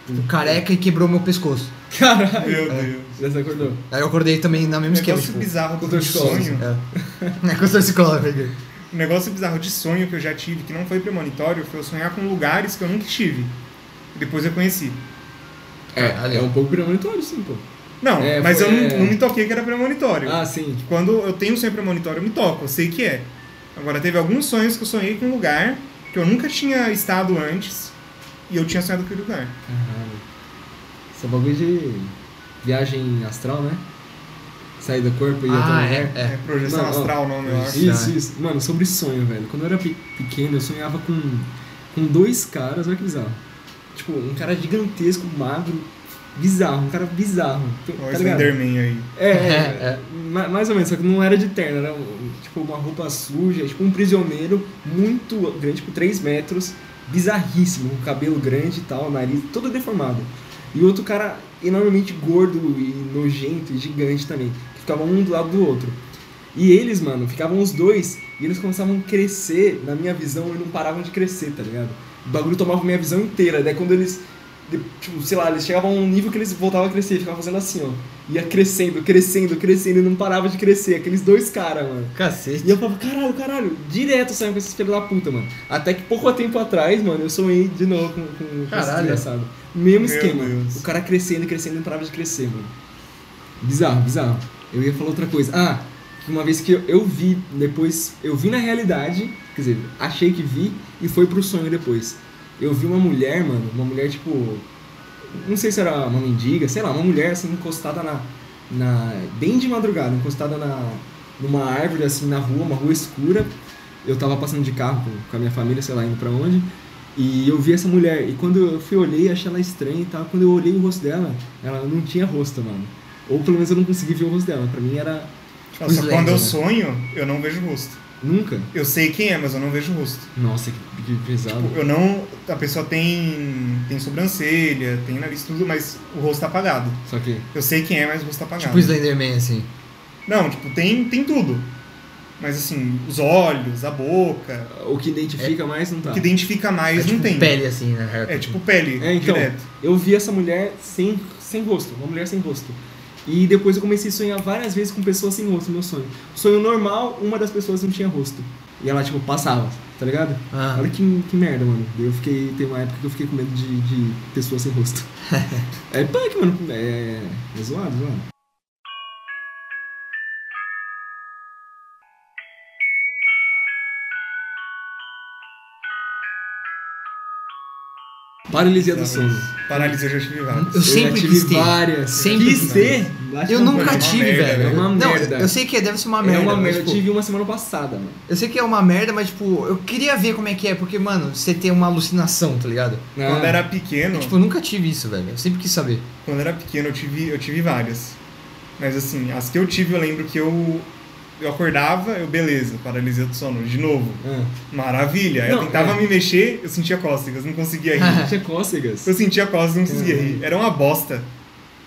tipo, Hum. careca e quebrou meu pescoço. Caralho. Meu Deus. Já se acordou? Aí eu acordei também na mesma Um esquema. negócio Tipo, bizarro contra do os sonhos. sonho. é. é contra psicólogo. Um negócio bizarro de sonho que eu já tive, que não foi premonitório, foi eu sonhar com lugares que eu nunca estive. Depois eu conheci. É, É um pouco premonitório, sim, pô. Não, É, mas foi- eu não, é. não me toquei que era premonitório. Ah, sim. Quando eu tenho um sonho premonitório, eu me toco, eu sei que é. Agora, teve alguns sonhos que eu sonhei com um lugar que eu nunca tinha estado antes e eu tinha sonhado com aquele lugar. Caralho. Isso é bagulho de viagem astral, né? Sair do corpo e ir até um Ah, lugar. é, é. projeção Não, ó, astral, não, meu. isso. Isso, isso. Mano, sobre sonho, velho. Quando eu era pe- pequeno, eu sonhava com, com dois caras, olha que bizarro. Tipo, um cara gigantesco, magro, bizarro, um cara bizarro. Olha o tá ligado? Slenderman aí. É, É, é, ma- mais ou menos, só que não era de terno, era um- tipo uma roupa suja, tipo um prisioneiro muito grande, tipo 3 metros, bizarríssimo, com cabelo grande e tal, nariz todo deformado. E outro cara enormemente gordo e nojento e gigante também, que ficava um do lado do outro. E eles, mano, ficavam os dois e eles começavam a crescer na minha visão e não paravam de crescer, tá ligado? O bagulho tomava minha visão inteira, daí quando eles, de- tipo, sei lá, eles chegavam a um nível que eles voltavam a crescer, ficavam fazendo assim, ó ia crescendo, crescendo, crescendo e não parava de crescer. Aqueles dois caras, mano. Cacete. E eu falava, caralho, caralho, direto saindo com esses filhos da puta, mano. Até que pouco tempo atrás, mano, eu sonhei de novo com, com, com Caralho. desgraçado. Mesmo Meu esquema. Deus. O cara crescendo, crescendo e não parava de crescer, mano. Bizarro, bizarro. Eu ia falar outra coisa. Ah, que uma vez que eu, eu vi, depois, eu vi na realidade, quer dizer, achei que vi e foi pro sonho depois. Eu vi uma mulher, mano, uma mulher tipo. Não sei se era uma mendiga, sei lá, uma mulher assim encostada na. na bem de madrugada, encostada na, numa árvore assim na rua, uma rua escura. Eu tava passando de carro com, com a minha família, sei lá, indo pra onde. E eu vi essa mulher, e quando eu fui olhei, achei ela estranha e tal. Quando eu olhei o rosto dela, ela não tinha rosto, mano. Ou pelo menos eu não consegui ver o rosto dela. Pra mim era. Nossa, Slender, quando eu né? sonho, eu não vejo o rosto. Nunca. Eu sei quem é, mas eu não vejo o rosto. Nossa, que, que Tá pesado. Eu não. A pessoa tem. tem sobrancelha, tem nariz, tudo, mas o rosto tá apagado. Só que. Eu sei quem é, mas o rosto tá apagado. Tipo Slenderman, assim. Não, tipo, tem, tem tudo. Mas assim, os olhos, a boca. O que identifica mais não tá. O que identifica É mais não tipo tem. pele, assim, né? É tipo pele, É, então. direto. Eu vi essa mulher sem, sem rosto, uma mulher sem rosto. E depois eu comecei a sonhar várias vezes com pessoas sem rosto no meu sonho. Sonho normal, uma das pessoas não tinha rosto. E ela, tipo, passava, tá ligado? Ah, Olha que, que merda, mano. Daí Eu fiquei. Tem uma época que eu fiquei com medo de, de pessoas sem rosto. é punk, mano. É. É zoado, zoado. Paralisia do sono. Paralisia digestiva. várias. Eu sempre já quis tive ter. várias. Sempre quis quis ter. Acho Eu que Mano, é nunca uma uma tive, merda, velho. é uma não, merda. eu sei que deve ser uma merda. merda. É uma mas, merda. Eu tipo, tive uma semana passada, mano. Eu sei que é uma merda, mas tipo, eu queria ver como é que é, porque, mano, você tem uma alucinação, tá ligado? Quando Ah, era pequeno, E, tipo, eu nunca tive isso, velho. Eu sempre quis saber. quando era pequeno eu tive, eu tive várias. Mas assim, as que eu tive eu lembro que eu eu acordava, eu beleza, paralisia do sono, de novo. (laughs) ah. Maravilha. eu Não, tentava é. me mexer, eu sentia cócegas, não conseguia (laughs) rir. Tinha cócegas. eu sentia cócegas, não conseguia Caramba. rir. Era uma bosta.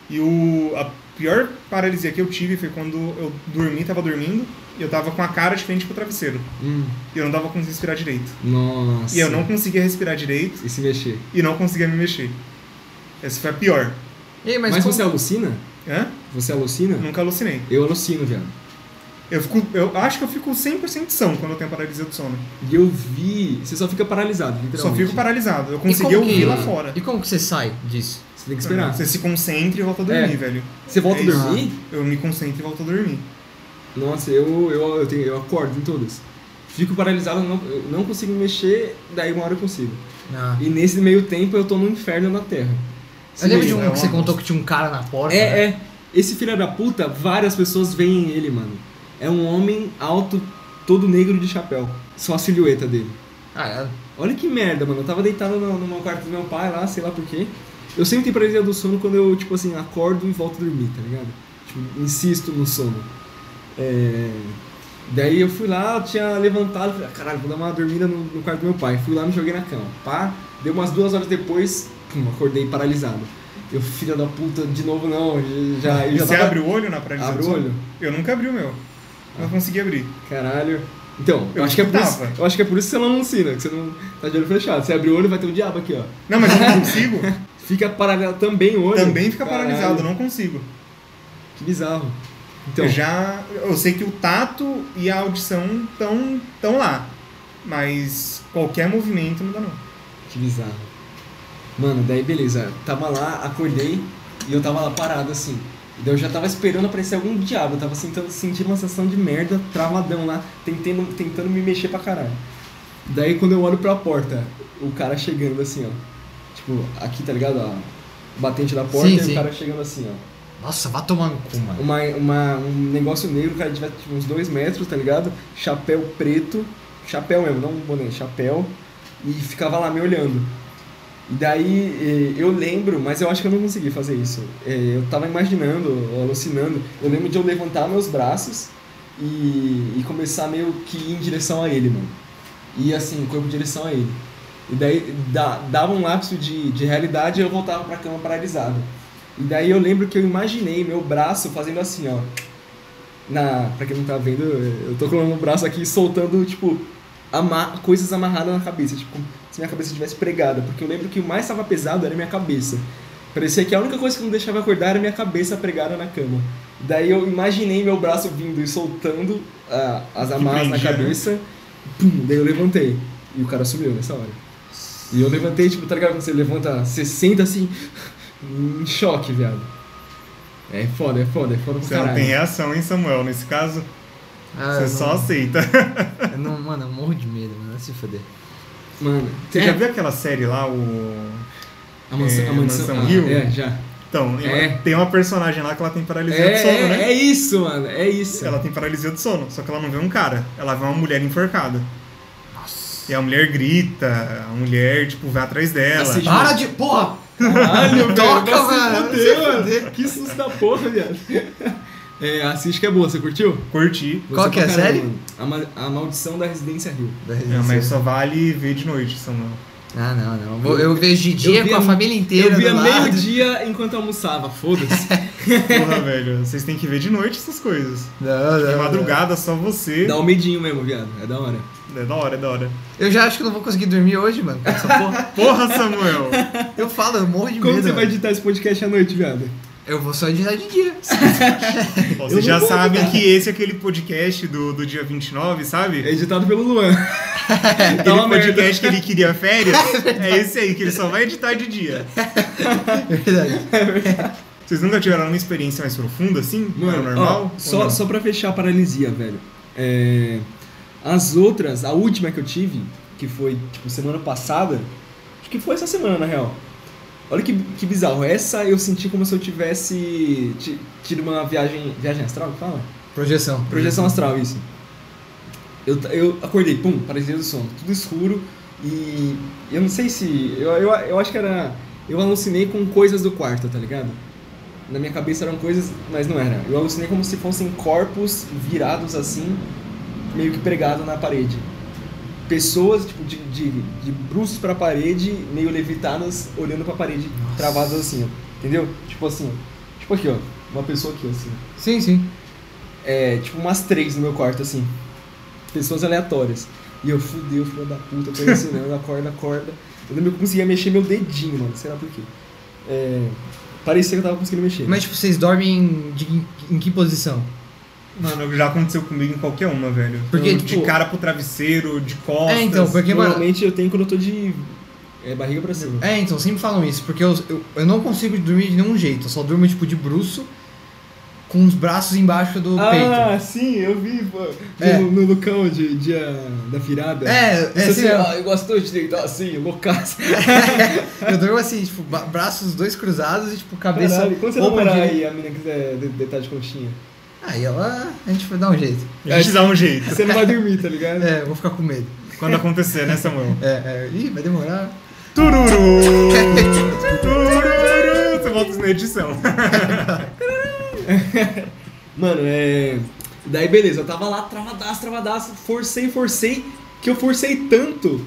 E o a pior paralisia que eu tive foi quando eu dormi, tava dormindo, e eu tava com a cara de frente pro travesseiro. Hum, E eu não tava conseguindo respirar direito. nossa. E eu não conseguia respirar direito E se mexer. e não conseguia me mexer. Essa foi a pior. Ei, mas Mas, como- você alucina? Hã? Você alucina? Nunca alucinei. Eu alucino, viado. Eu, fico, eu acho que eu fico 100% são quando eu tenho paralisia do sono. E eu vi. Você só fica paralisado, Só literalmente. fico paralisado. Eu E consegui como que- é? né? ouvir lá fora. E como que você sai disso? Você tem que esperar. Você se concentra e volta a dormir, É. velho. Você volta É a isso. dormir? Eu me concentro e volto a dormir. Nossa, eu, eu, eu, tenho, eu acordo em todas. Fico paralisado, não, eu não consigo me mexer, daí uma hora eu consigo. Ah. E nesse meio tempo eu tô no inferno na Terra. Eu lembro de um é que você uma contou que tinha um cara na porta. né? É, é. Esse filho da puta, várias pessoas veem ele, mano. É um homem alto, todo negro de chapéu. Só a silhueta dele. Ah, é. Olha que merda, mano. Eu tava deitado no, no meu quarto do meu pai lá, sei lá porquê. Eu sempre tenho paralisia do sono quando eu, tipo assim, acordo e volto a dormir, tá ligado? Tipo, insisto no sono. É... Daí eu fui lá, eu tinha levantado, falei, ah, caralho, vou dar uma dormida no, no quarto do meu pai. Fui lá, me joguei na cama. Pá, deu umas duas horas depois, pum, acordei paralisado. Eu, filha da puta, de novo não, já... eu E já você tava- abre o olho na paralisia Abre do o sono? olho. Ah. Eu nunca abri o meu. Não consegui abrir. Caralho. Então, eu, Eu acho que é por isso, tava. eu acho que é por isso que você não alucina, que você não tá de olho fechado. Você abre o olho, vai ter um diabo aqui, ó. Não, mas eu (laughs) não consigo. Fica paralisado também o olho. Também fica Caralho, paralisado, eu não consigo. Que bizarro. Então, Eu já. Eu sei que o tato e a audição estão tão lá. Mas qualquer movimento não dá não. que bizarro. Mano, daí beleza. Tava lá, acordei e eu tava lá parado assim. E daí eu já tava esperando aparecer algum diabo, eu tava sentindo, sentindo uma sensação de merda, travadão lá, tentando, tentando me mexer pra caralho. Daí quando eu olho pra porta, o cara chegando assim, ó. Tipo, aqui, tá ligado? A batente da porta Sim, e sim. o cara chegando assim, ó. Nossa, vá tomar no cu, mano. Uma, uma- um negócio negro, o cara tiver tipo, uns dois metros, tá ligado? Chapéu preto, chapéu mesmo, não um boné, chapéu. E ficava lá me olhando. E daí eh, eu lembro, mas eu acho que eu não consegui fazer isso. Eh, Eu tava imaginando, alucinando. Eu lembro de eu levantar meus braços e, e começar meio que ir em direção a ele, mano. E assim, o corpo em direção a ele. E daí da- dava um lapso de, de realidade e eu voltava pra cama paralisado. E daí eu lembro que eu imaginei meu braço fazendo assim, ó. Na, pra quem não tá vendo, eu tô colocando o braço aqui e soltando, tipo, ama coisas amarradas na cabeça. Tipo, se minha cabeça estivesse pregada. Porque eu lembro que o mais estava pesado era a minha cabeça. Parecia que a única coisa que não deixava acordar era a minha cabeça pregada na cama. Daí eu imaginei meu braço vindo e soltando ah, as amarras na prendia, né? cabeça. Pum, daí eu levantei. E o cara sumiu nessa hora. E eu levantei, tipo, tá ligado? Quando você levanta 60 assim, em choque, viado. É foda, é foda, é foda pro Você não tem caralho. reação, hein, Samuel? Nesse caso, Ah, você eu só não- (laughs) aceita. eu não, mano, eu morro de medo, mano. Vai se foder. Mano, você Você já já viu viu aquela série lá, o. a mansão, é, a mansão, Mansão Hill? É, já. Então, É. tem uma personagem lá que ela tem paralisia É, do sono, é, né? é isso, mano, é isso. Ela tem paralisia do sono, só que ela não vê um cara, ela vê uma mulher enforcada. E a mulher grita, a mulher, tipo, vai atrás dela. Assim, Para de. Porra! Caralho, Toca, vai mano. se fuder, mano. Que susto da porra, viado. É, assiste que é boa, você curtiu? Curti. Qual Você que é a pra caralho, série? mano. A, ma- a Maldição da Residência Rio. É, mas só vale ver de noite, Samuel. Ah, não, não. Vou- Eu vejo de dia vi com a família inteira. Eu via do lado. meio-dia enquanto almoçava, foda-se. Porra, (laughs) velho, vocês têm que ver de noite essas coisas. Não, não, De não. madrugada, só você. Dá um medinho mesmo, viado. É da hora. É da hora, é da hora. Eu já acho que não vou conseguir dormir hoje, mano. (laughs) com Essa porra. Porra, Samuel! Eu falo, eu morro de Como medo. você vai mano. editar esse podcast à noite, viado? Eu vou só editar (laughs) de dia. Bom, (laughs) Eu Vocês não já vou sabem ajudar. que esse é aquele podcast do, do dia 29, É sabe? editado pelo (laughs) Luan. Então, Dá Aquele tá uma merda. (laughs) podcast que ele queria férias. é esse aí, que ele só vai editar de dia. É Verdade. Vocês nunca tiveram uma experiência mais profunda assim? normal? ó, só, só pra fechar a paralisia, velho. É, as outras, a última que eu tive, que foi tipo, semana passada, acho que foi essa semana, na real. Olha que, que bizarro. Essa eu senti como se eu tivesse ti- tido uma viagem. Viagem astral? que Fala? Projeção. Projeção astral, isso. Eu, t- eu acordei, pum, paralisia do sono, tudo escuro e eu não sei se. Eu, eu, eu acho que era. Eu alucinei com coisas do quarto, tá ligado? Na minha cabeça eram coisas, mas não era. Eu alucinei como se fossem corpos virados assim, meio que pregado na parede. Pessoas, tipo, de, de, de bruços pra parede, meio levitadas, olhando pra parede, travadas assim, ó. Entendeu? Tipo assim, ó. tipo aqui, ó. Uma pessoa aqui, assim. Sim, sim. É, tipo umas três no meu quarto, assim. Pessoas aleatórias. E eu fudeu, filho da puta, tô (laughs) alucinando, acorda, acorda. Eu lembro que eu conseguia mexer meu dedinho, mano. Sei lá por quê. É, parecia que eu tava conseguindo mexer. Mas, tipo, vocês dormem de, em que posição? Mano, já aconteceu comigo em qualquer uma, velho. Porque, Eu, tipo- de cara pro travesseiro, de costas. É, então, porque, mano. Normalmente eu tenho quando eu tô de é, barriga pra cima. É, então, sempre falam isso, porque eu, eu, eu não consigo dormir de nenhum jeito, eu só durmo, tipo, de bruço, com os braços embaixo do É, peito. ah, sim, eu vi, pô. No, É. no Lucão de dia da virada. É, é, Você assim, assim, ó, eu gosto de deitar assim, loucaço. (laughs) eu durmo assim, tipo, ba- braços dois cruzados e, tipo, cabeça... Caralho, quando você open namorar direito. aí, a mina quiser de- deitar de (laughs) conchinha. Aí ela... a gente vai dar um jeito. A gente dá um jeito. Você não vai dormir, tá ligado? É, eu vou ficar com medo. Quando acontecer, né, Samuel? É, é, ih, vai demorar. Tururu! Tururu! Você volta isso na edição. Mano, é. Daí beleza, eu tava lá travadaço, travadaço, forcei, forcei, que eu forcei tanto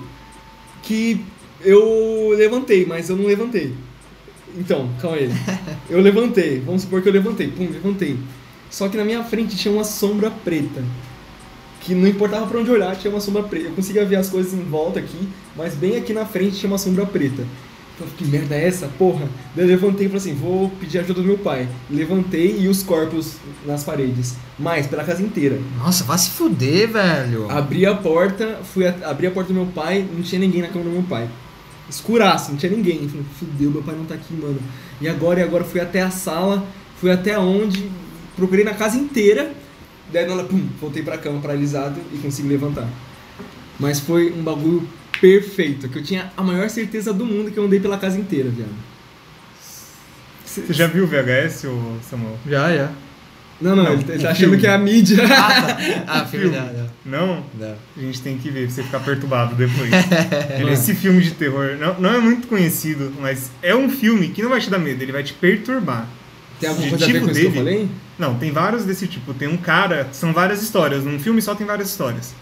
que eu levantei, mas eu não levantei. Então, calma aí. Eu levantei, vamos supor que eu levantei, pum, levantei. Só que na minha frente tinha uma sombra preta. Que não importava pra onde olhar, tinha uma sombra preta. Eu conseguia ver as coisas em volta aqui, mas bem aqui na frente tinha uma sombra preta. Então, que merda é essa, porra? Daí eu levantei e falei assim, vou pedir ajuda do meu pai. Levantei e os corpos nas paredes. Mas, pela casa inteira. Nossa, vai se fuder, velho. Abri a porta, fui a- abri a porta do meu pai, não tinha ninguém na cama do meu pai. Escuraço, não tinha ninguém. Falei, fudeu, meu pai não tá aqui, mano. E agora, e agora fui até a sala, fui até onde, procurei na casa inteira, daí ela, pum, voltei pra cama paralisado e consegui levantar. Mas foi um bagulho perfeito, que eu tinha a maior certeza do mundo que eu andei pela casa inteira, viado. Cê- Você já viu o VHS, ô Samuel? Já, já. Não, não, Não, ele tá- ele tá o achando filme. que é a mídia. Ah, filme, não, não. Não? não. A gente tem que ver pra você ficar perturbado (laughs) depois. Ele, é esse filme de terror não, não é muito conhecido, mas é um filme que não vai te dar medo, ele vai te perturbar. tá. (laughs) Tem alguma De coisa a ver tipo com isso que eu falei? dele? Não, tem vários desse tipo. Tem um cara, são várias histórias. Num filme só tem várias histórias.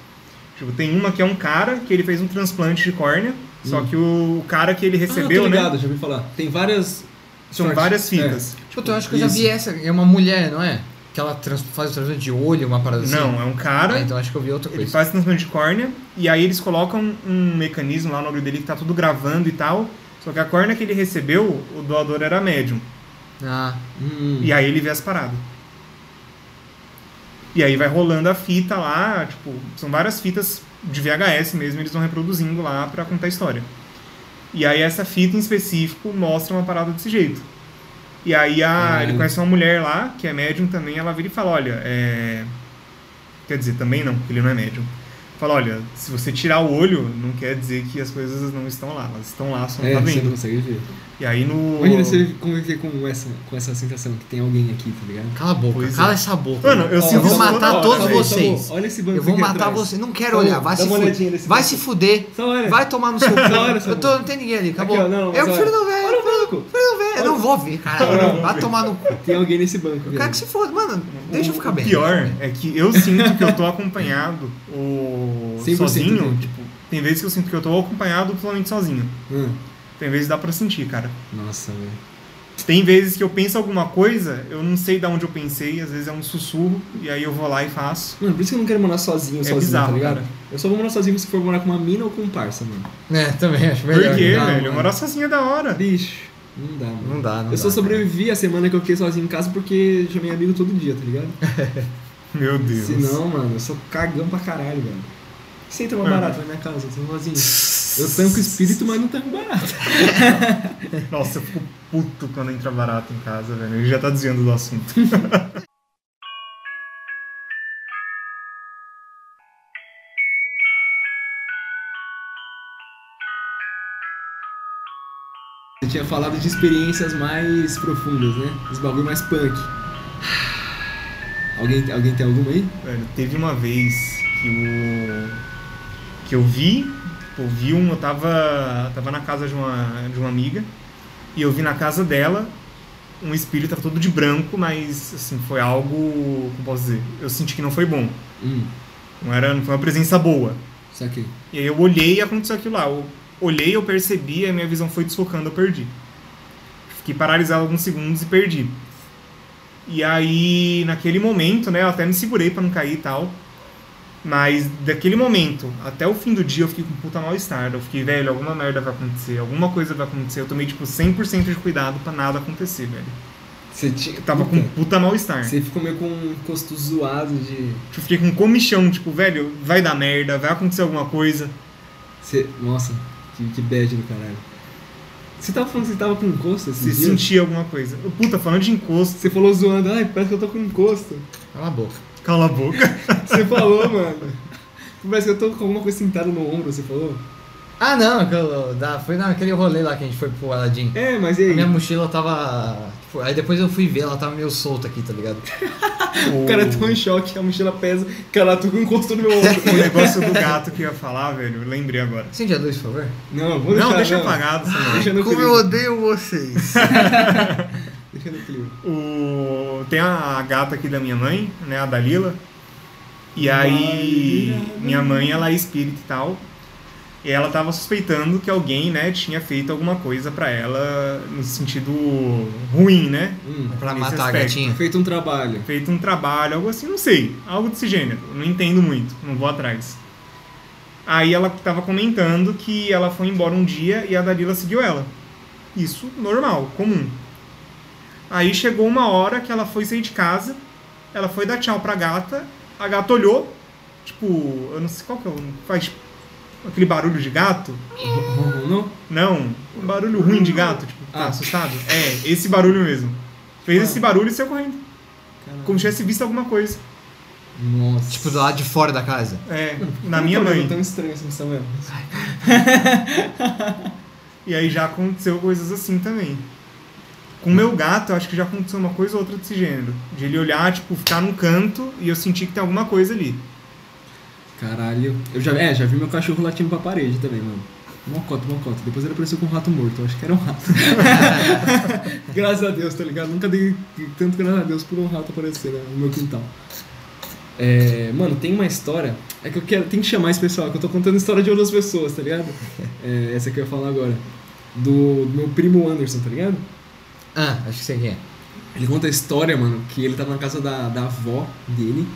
Tipo, tem uma que é um cara que ele fez um transplante de córnea, só que o cara que ele recebeu, Hum. ah, tô né? ligado, já ouvi falar. Tem várias... São sorte. É, várias fitas. Puta, eu acho que eu já vi Isso. essa. É uma mulher, não é? Que ela trans- faz o transplante de olho, uma tá parada assim. Não, é um cara. Ah, então acho que eu vi outra Ele coisa. faz transplante de córnea e aí eles colocam um mecanismo lá no olho dele que tá tudo gravando e tal. Só que a córnea que ele recebeu, o doador era médium. Ah, Hum. E aí ele vê as paradas. E aí vai rolando a fita lá, tipo, são várias fitas de VHS mesmo, eles vão reproduzindo lá pra contar a história. E aí essa fita em específico mostra uma parada desse jeito. E aí a, Caralho. ele conhece uma mulher lá, que é médium também, ela vira e fala, olha, é... Quer dizer, também não, porque ele não é médium. Fala, olha, se você tirar o olho, não quer dizer que as coisas não estão lá. Elas estão lá, só não É, tá você não vendo. consegue ver. E aí no... Imagina você conviver com essa, com essa sensação que tem alguém aqui, tá ligado? cala a boca, Pois é. cala essa boca. Mano, eu Ó, sinto vou isso toda matar hora, todos velho. vocês. Olha esse banco Eu vou aqui matar atrás. você. Não quero Samu, olhar, vai dá se uma olhadinha fuder. nesse Vai banco. se fuder. Só olha. Vai tomar no seu (laughs) cu. Não, olha só. Eu tô, não tem ninguém ali, acabou. É Aqui, ó, não, eu mas prefiro olha. não ver, Olha eu o banco. prefiro não ver. Eu não vou ver, caralho. Olha. Vai tomar no cu. Tem alguém nesse banco. Eu quero velho. que se foda. Mano, deixa eu ficar o bem. né? pior é que eu sinto que eu tô acompanhado ou 100% sozinho. do Tipo, tem vezes que eu sinto que eu tô acompanhado totalmente sozinho. Hum. Tem vezes que dá pra sentir, cara. Nossa, velho. Tem vezes que eu penso alguma coisa, eu não sei de onde eu pensei, às vezes é um sussurro, e aí eu vou lá e faço. Mano, por isso que eu não quero morar sozinho, sozinho, tá É bizarro, ligado? cara. Eu só vou morar sozinho se for morar com uma mina ou com um parça, mano. É, também acho Por melhor. quê, Não, velho? mano. Morar sozinho é da hora. Bicho, não dá, mano. Não dá, não eu só dá, sobrevivi a semana que eu fiquei sozinho em casa porque chamei amigo todo dia, tá ligado? Meu Deus. Se não, mano, eu sou cagão pra caralho, velho. Você entra uma Mano. barata na minha casa, eu tô sozinho. Eu tanco espírito, mas não tanco barata. Nossa, eu fico puto quando entra barato em casa, velho. Ele já tá desviando do assunto. Eu tinha falado de experiências mais profundas, né? Os bagulho mais punk. Alguém, alguém tem alguma aí? Velho, teve uma vez que o. que eu vi, tipo, eu vi um, eu tava. tava na casa de uma, de uma amiga, e eu vi na casa dela um espírito, tava todo de branco, mas assim, foi algo. como posso dizer? Eu senti que não foi bom. Hum, Não era, não foi uma presença boa. saquei. E aí eu olhei e aconteceu aquilo lá. Eu olhei, eu percebi, a minha visão foi desfocando, eu perdi. Fiquei paralisado alguns segundos e perdi. E aí, naquele momento, né, eu até me segurei pra não cair e tal. Mas daquele momento até o fim do dia eu fiquei com puta mal-estar. Eu fiquei, velho, alguma merda vai acontecer, alguma coisa vai acontecer. Eu tomei, tipo, 100% de cuidado pra nada acontecer, velho. Você tinha. Eu tava com puta mal-estar. Então, Você ficou meio com um costo zoado de. Eu fiquei com comichão, tipo, velho, vai dar merda, vai acontecer alguma coisa. Você... Nossa, que, que bad do caralho. Você tava falando que você tava com um encosto Você esses dias? sentia alguma coisa. Puta, falando de encosto, Você falou zoando, ai, parece que eu tô com um encosto. Cala a boca. Cala a boca. Você falou, (laughs) mano. Parece que eu tô com alguma coisa sentada no ombro, você falou? Ah, não, aquilo da- foi naquele rolê lá que a gente foi pro Aladdin. É, mas e A aí? minha mochila tava. tipo, aí depois eu fui ver, ela tava meio solta aqui, tá ligado? O cara é tão em choque, a mochila pesa, cara, eu tô com um encosto no meu (laughs) ombro. O negócio do gato que eu ia falar, velho, eu lembrei agora. Acende a luz, por favor. Não, vou deixar. Não, deixa apagado, senão. Deixa no clima. odeio vocês. Deixa no clima. O... Tem a gata aqui da minha mãe, né, a Dalila. E aí, minha mãe, ela é espírita e tal. E ela tava suspeitando que alguém, né, tinha feito alguma coisa pra ela no sentido ruim, né? Hum, pra Nesse matar a aspecto. gatinha. feito um trabalho. feito um trabalho, algo assim, não sei, algo desse gênero. Não entendo muito, não vou atrás. Aí ela tava comentando que ela foi embora um dia e a Dalila seguiu ela. Isso normal, comum. Aí chegou uma hora que ela foi sair de casa, ela foi dar tchau pra gata, a gata olhou, tipo, eu não sei qual que é o. Faz tipo, aquele barulho de gato? Não? Não, um barulho ruim de gato, tipo, tá Ah. assustado? É, esse barulho mesmo. Fez Ah. esse barulho e saiu correndo. Caralho. Como se tivesse visto alguma coisa. Nossa. Tipo, do lado de fora da casa. (laughs) É, Por na que minha um problema mãe. tão estranho esse Samuel. E aí já aconteceu coisas assim também. Com o Hum. meu gato, eu acho que já aconteceu uma coisa ou outra desse gênero. De ele olhar, tipo, ficar num canto e eu sentir que tem alguma coisa ali. Caralho. Eu já, é, já vi meu cachorro latindo pra parede também, mano. Mocota, mocota. Depois ele apareceu com um rato morto. Eu acho que era um rato. graças a Deus, tá ligado? Nunca dei tanto graças a Deus por um rato aparecer né, no meu quintal. É, mano, tem uma história. É que eu quero. Tem que chamar esse pessoal, que eu tô contando história de outras pessoas, tá ligado? É, essa que eu ia falar agora. Do, do meu primo Anderson, tá ligado? Ah, acho que sei quem é. Ele conta a história, mano, que ele tava na casa da, da avó dele.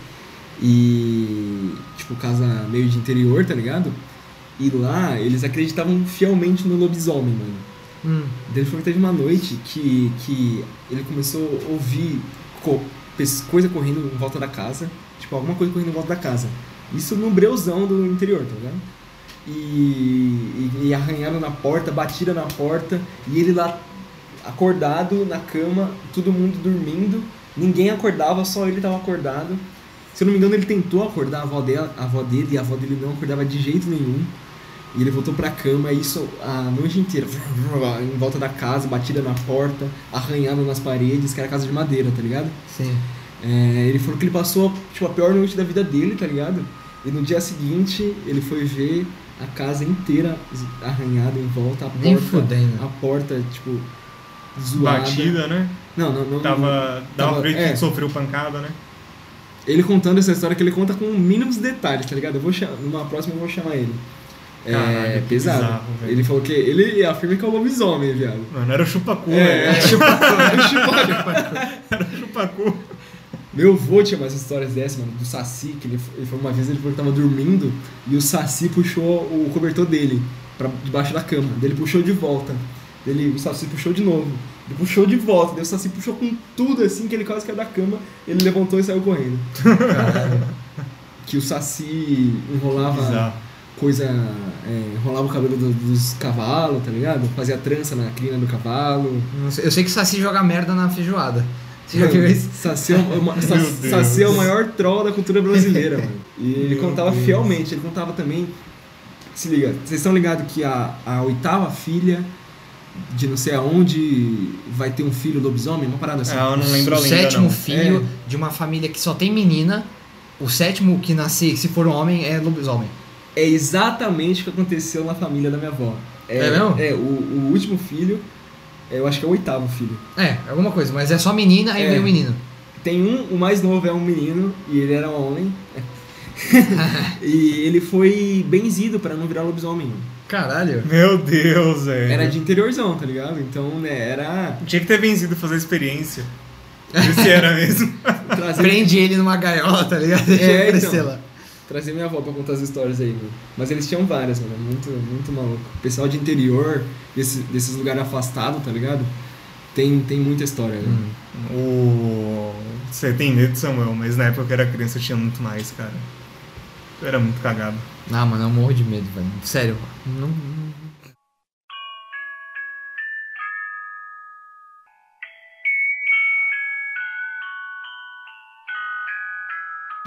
E. Tipo, casa meio de interior, tá ligado? E lá eles acreditavam fielmente no lobisomem, mano. Hum. Daí Ele falou que teve uma noite que, que ele começou a ouvir co- pes- coisa correndo em volta da casa. Tipo, alguma coisa correndo em volta da casa. Isso no breuzão do interior, tá ligado? E, e, e arranhada na porta, batida na porta. E ele lá acordado na cama, todo mundo dormindo. Ninguém acordava, só ele tava acordado. Se eu não me engano, ele tentou acordar a avó, dela, a avó dele e a avó dele não acordava de jeito nenhum. E ele voltou pra cama, e isso a noite inteira, (laughs) em volta da casa, batida na porta, arranhado nas paredes, que era casa de madeira, tá ligado? Sim. É, ele falou que ele passou tipo, a pior noite da vida dele, tá ligado? E no dia seguinte ele foi ver a casa inteira arranhada em volta, a porta, Nem fudendo. a porta tipo zoada. Batida, né? Não, não, não. Tava. Dava Tava- pra ver que é. sofreu pancada, né? Ele contando essa história que ele conta com mínimos detalhes, tá ligado? Eu vou chamar, numa próxima eu vou chamar ele. É Caralho, que pesado. bizarro, velho. ele falou que ele afirma que é um lobisomem, viado. Mano, era o chupacu, É, tipo, (laughs) velho. (laughs) chupacu. Era o chupacu. Meu avô tinha umas histórias dessas, mano, do Saci, que ele, ele foi uma vez, ele falou que tava dormindo e o Saci puxou o cobertor dele pra debaixo da cama. Daí Ele puxou de volta. Daí Ele, o Saci puxou de novo. Ele puxou de volta. Daí o Saci puxou com tudo assim que ele quase caiu da cama. Ele levantou e saiu correndo. que o Saci enrolava Bizarro. coisa. é, enrolava o cabelo do- dos cavalos, tá ligado? Fazia trança na crina do cavalo. Não sei- Eu sei que o Saci joga merda na feijoada. Você já viu isso? Saci é, o- é uma- Sa- Meu Deus. Saci é o maior troll da cultura brasileira, mano. E ele (laughs) Meu contava Deus. fielmente, ele contava também. Se liga, vocês estão ligados que a, a oitava filha de não sei aonde vai ter um filho lobisomem? Uma parada assim. Ah, eu não lembro a o lenda, sétimo não. filho de uma família que só tem menina. O sétimo que nascer, se for um homem, é lobisomem. É exatamente o que aconteceu na família da minha avó. É mesmo? É, o, o último filho, é, eu acho que é o oitavo filho. É, alguma coisa, mas é só menina aí É. vem o menino. Tem um, o mais novo é um menino, e ele era um homem. (laughs) e ele foi benzido pra não virar lobisomem, mano. Caralho. Meu Deus, velho. Era de interiorzão, tá ligado? Então, né, era Tinha que ter vencido fazer (laughs) a experiência. Esse era mesmo. trazer, Prende ele numa gaiola, tá ligado? Deixa É, ele (laughs) crescer então. lá. trazer minha avó pra contar as histórias aí, mano. Mas eles tinham várias, mano. Muito, muito maluco. Pessoal de interior, desse, desses lugares afastados, tá ligado? Tem, tem muita história, né? Hum. O... Você tem medo, Samuel, mas na época que eu era criança eu tinha muito mais, cara. Eu era muito cagado. Ah, mano, eu morro de medo, velho. Sério. Não...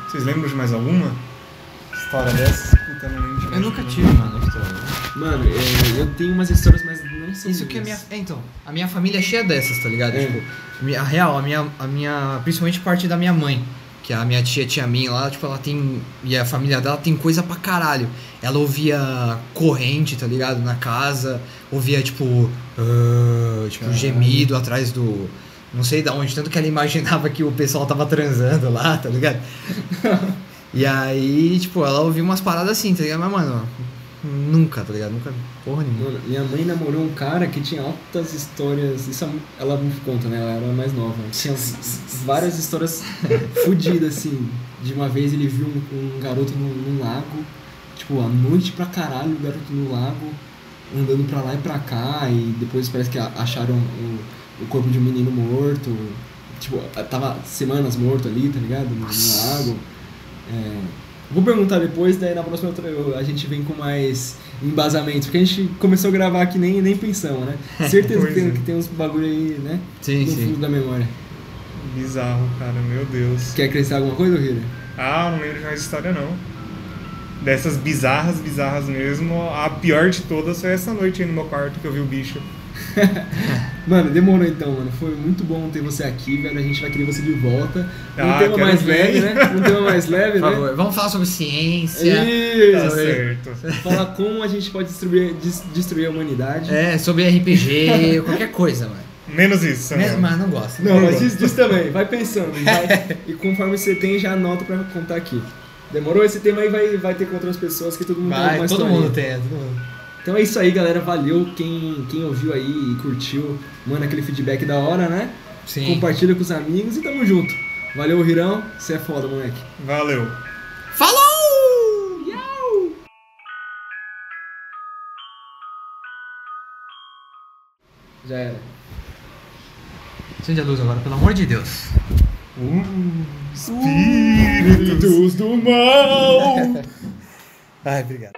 Vocês lembram de mais alguma história dessa? Puta, não lembro de Eu mais nunca nenhuma. tive, mano, história. Mano, é, eu tenho umas histórias, mas não são Isso que a minha. minhas. É, então, a minha família é cheia dessas, tá ligado? É. Tipo, mi- a real, a minha, a minha. Principalmente parte da minha mãe. Que a minha tia tinha mim lá, tipo, ela tem. E a família dela tem coisa pra caralho. Ela ouvia corrente, tá ligado? Na casa. Ouvia, tipo. ah, tipo, Caralho. gemido atrás do. Não sei da onde. Tanto que ela (laughs) imaginava que o pessoal tava transando lá, (laughs) tá ligado? e aí, tipo, ela ouvia umas paradas assim, tá ligado? Mas, mano, nunca, tá ligado? Nunca. Porra nenhuma. Mano, minha mãe namorou um cara que tinha altas histórias. Isso é- ela me conta, né? Ela era mais nova. Tinha várias histórias fodidas, assim. De uma vez ele viu um, um garoto num, num lago, tipo, à noite pra caralho, o garoto no lago, andando pra lá e pra cá, e depois parece que a- acharam o, o corpo de um menino morto. Tipo, tava semanas morto ali, tá ligado? No, no Nossa. lago. É, Vou perguntar depois, daí na próxima eu- a gente vem com mais embasamento, porque a gente começou a gravar aqui nem nem pensamos, né? Certeza que Pois tem, é. que tem uns bagulho aí, né? Sim, no sim. fundo da memória. Bizarro, cara, meu Deus. Quer acrescentar alguma coisa, Hira? Ah, não lembro de mais história não. Dessas bizarras, bizarras mesmo, a pior de todas foi essa noite aí no meu quarto que eu vi o bicho. Tá Mano, demorou então, mano. Foi muito bom ter você aqui, velho. A gente vai querer você de volta. Um tema Ah, quero mais ver. leve, né? Um tema mais leve, (laughs) Por né? favor, vamos falar sobre ciência. Tá Isso! certo. Falar como a gente pode destruir, des- destruir a humanidade. É, (laughs) sobre RPG, qualquer coisa, mano. Menos isso, Mas, né? mas não gosto. Tá. Não, mas diz, diz também, vai (laughs) pensando. vai- e conforme você tem, já anota pra contar aqui. Demorou? Esse tema aí vai, vai ter com outras pessoas que todo mundo tem Vai, alguma todo historinha. mundo tem, todo mundo. Então é isso aí, galera. Valeu quem, quem ouviu aí e curtiu. Manda aquele feedback da hora, né? Sim. Compartilha com os amigos e tamo junto. Valeu, Rirão. Você é foda, moleque. Valeu. Falou! Já era. Acende a luz agora, pelo amor de Deus. Espíritos. Deus do mal! Ai, obrigado.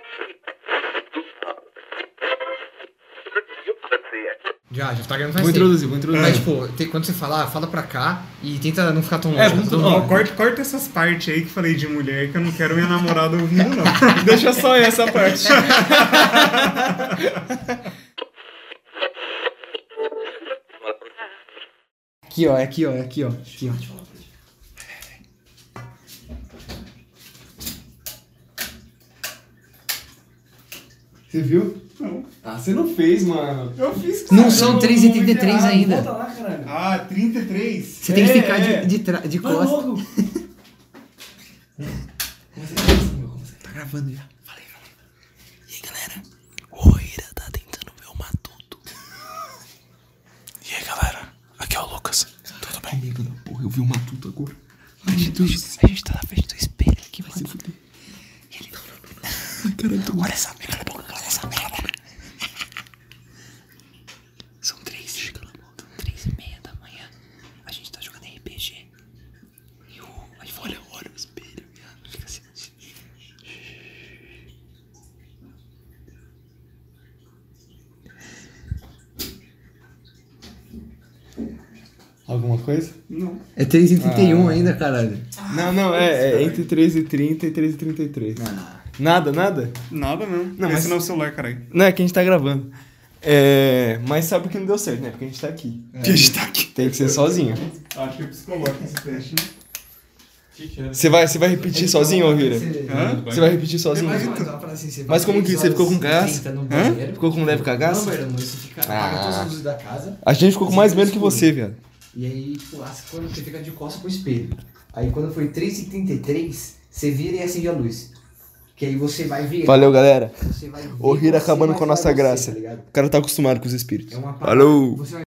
Já, já tá ganhando faz Vou tempo. introduzir, vou introduzir. Mas, tipo, tem- quando você falar, fala pra cá e tenta não ficar tão longe. É, tá vamos- todo ó, mundo- Ó, corta, corta essas partes aí que falei de mulher que eu não quero minha namorada ouvindo, não. Deixa só essa parte. aqui, ó, é aqui, ó, é aqui, ó. Aqui, ó. Você viu? Não. Ah, você não fez, mano. (laughs) Eu fiz cara. Não são 3,83 ainda. lá, caralho. Ah, 33? Você tem que É, ficar de, é. de, tra- de Vai costas. logo. (laughs) Tá gravando já. E aí, galera? O Oira tá tentando ver o Matuto. E aí, galera? Aqui é o Lucas. Tudo bem? Comigo não, porra. Eu vi o Matuto agora. A gente, a gente tá na frente do espelho aqui, mano. Vai se fuder. Ele... Caralho, tô... Olha essa merda, boca, olha essa merda. São três. São três e meia da manhã. A gente tá jogando RPG. E o... Aí, olha, olha o espelho, viado. Fica assim, assim. Alguma coisa? Não. É Ah. 3,31 ainda, caralho. Não, não, é, é entre 3h30 e 3h33. Nada, nada? Nada mesmo. Não, Não, mas- Esse não é o celular, caralho. Não, é que a gente tá gravando. É, mas sabe que não deu certo, né? Porque a gente tá aqui. Porque a gente tá aqui. Tem que ser sozinho. Acho que é psicológico esse teste, né? Você vai, você vai repetir sozinho, ô Hira? Hã? Você vai repetir sozinho? então, assim, Mas como que você ficou com gás? Hã? Ficou com leve cagaço? Ah. amor, você fica. apaga todas as luzes da casa. A gente ficou com mais medo que você, velho. E aí, tipo, as- quando você fica de costas pro espelho. Aí quando foi 3h33, você vira e acende a luz. Que aí você vai ver. Valeu, galera. Você vai ver Ô Hira você, acabando mas com a vai nossa você, graça. tá ligado? O cara tá acostumado com os espíritos. É uma parada. Falou! Você vai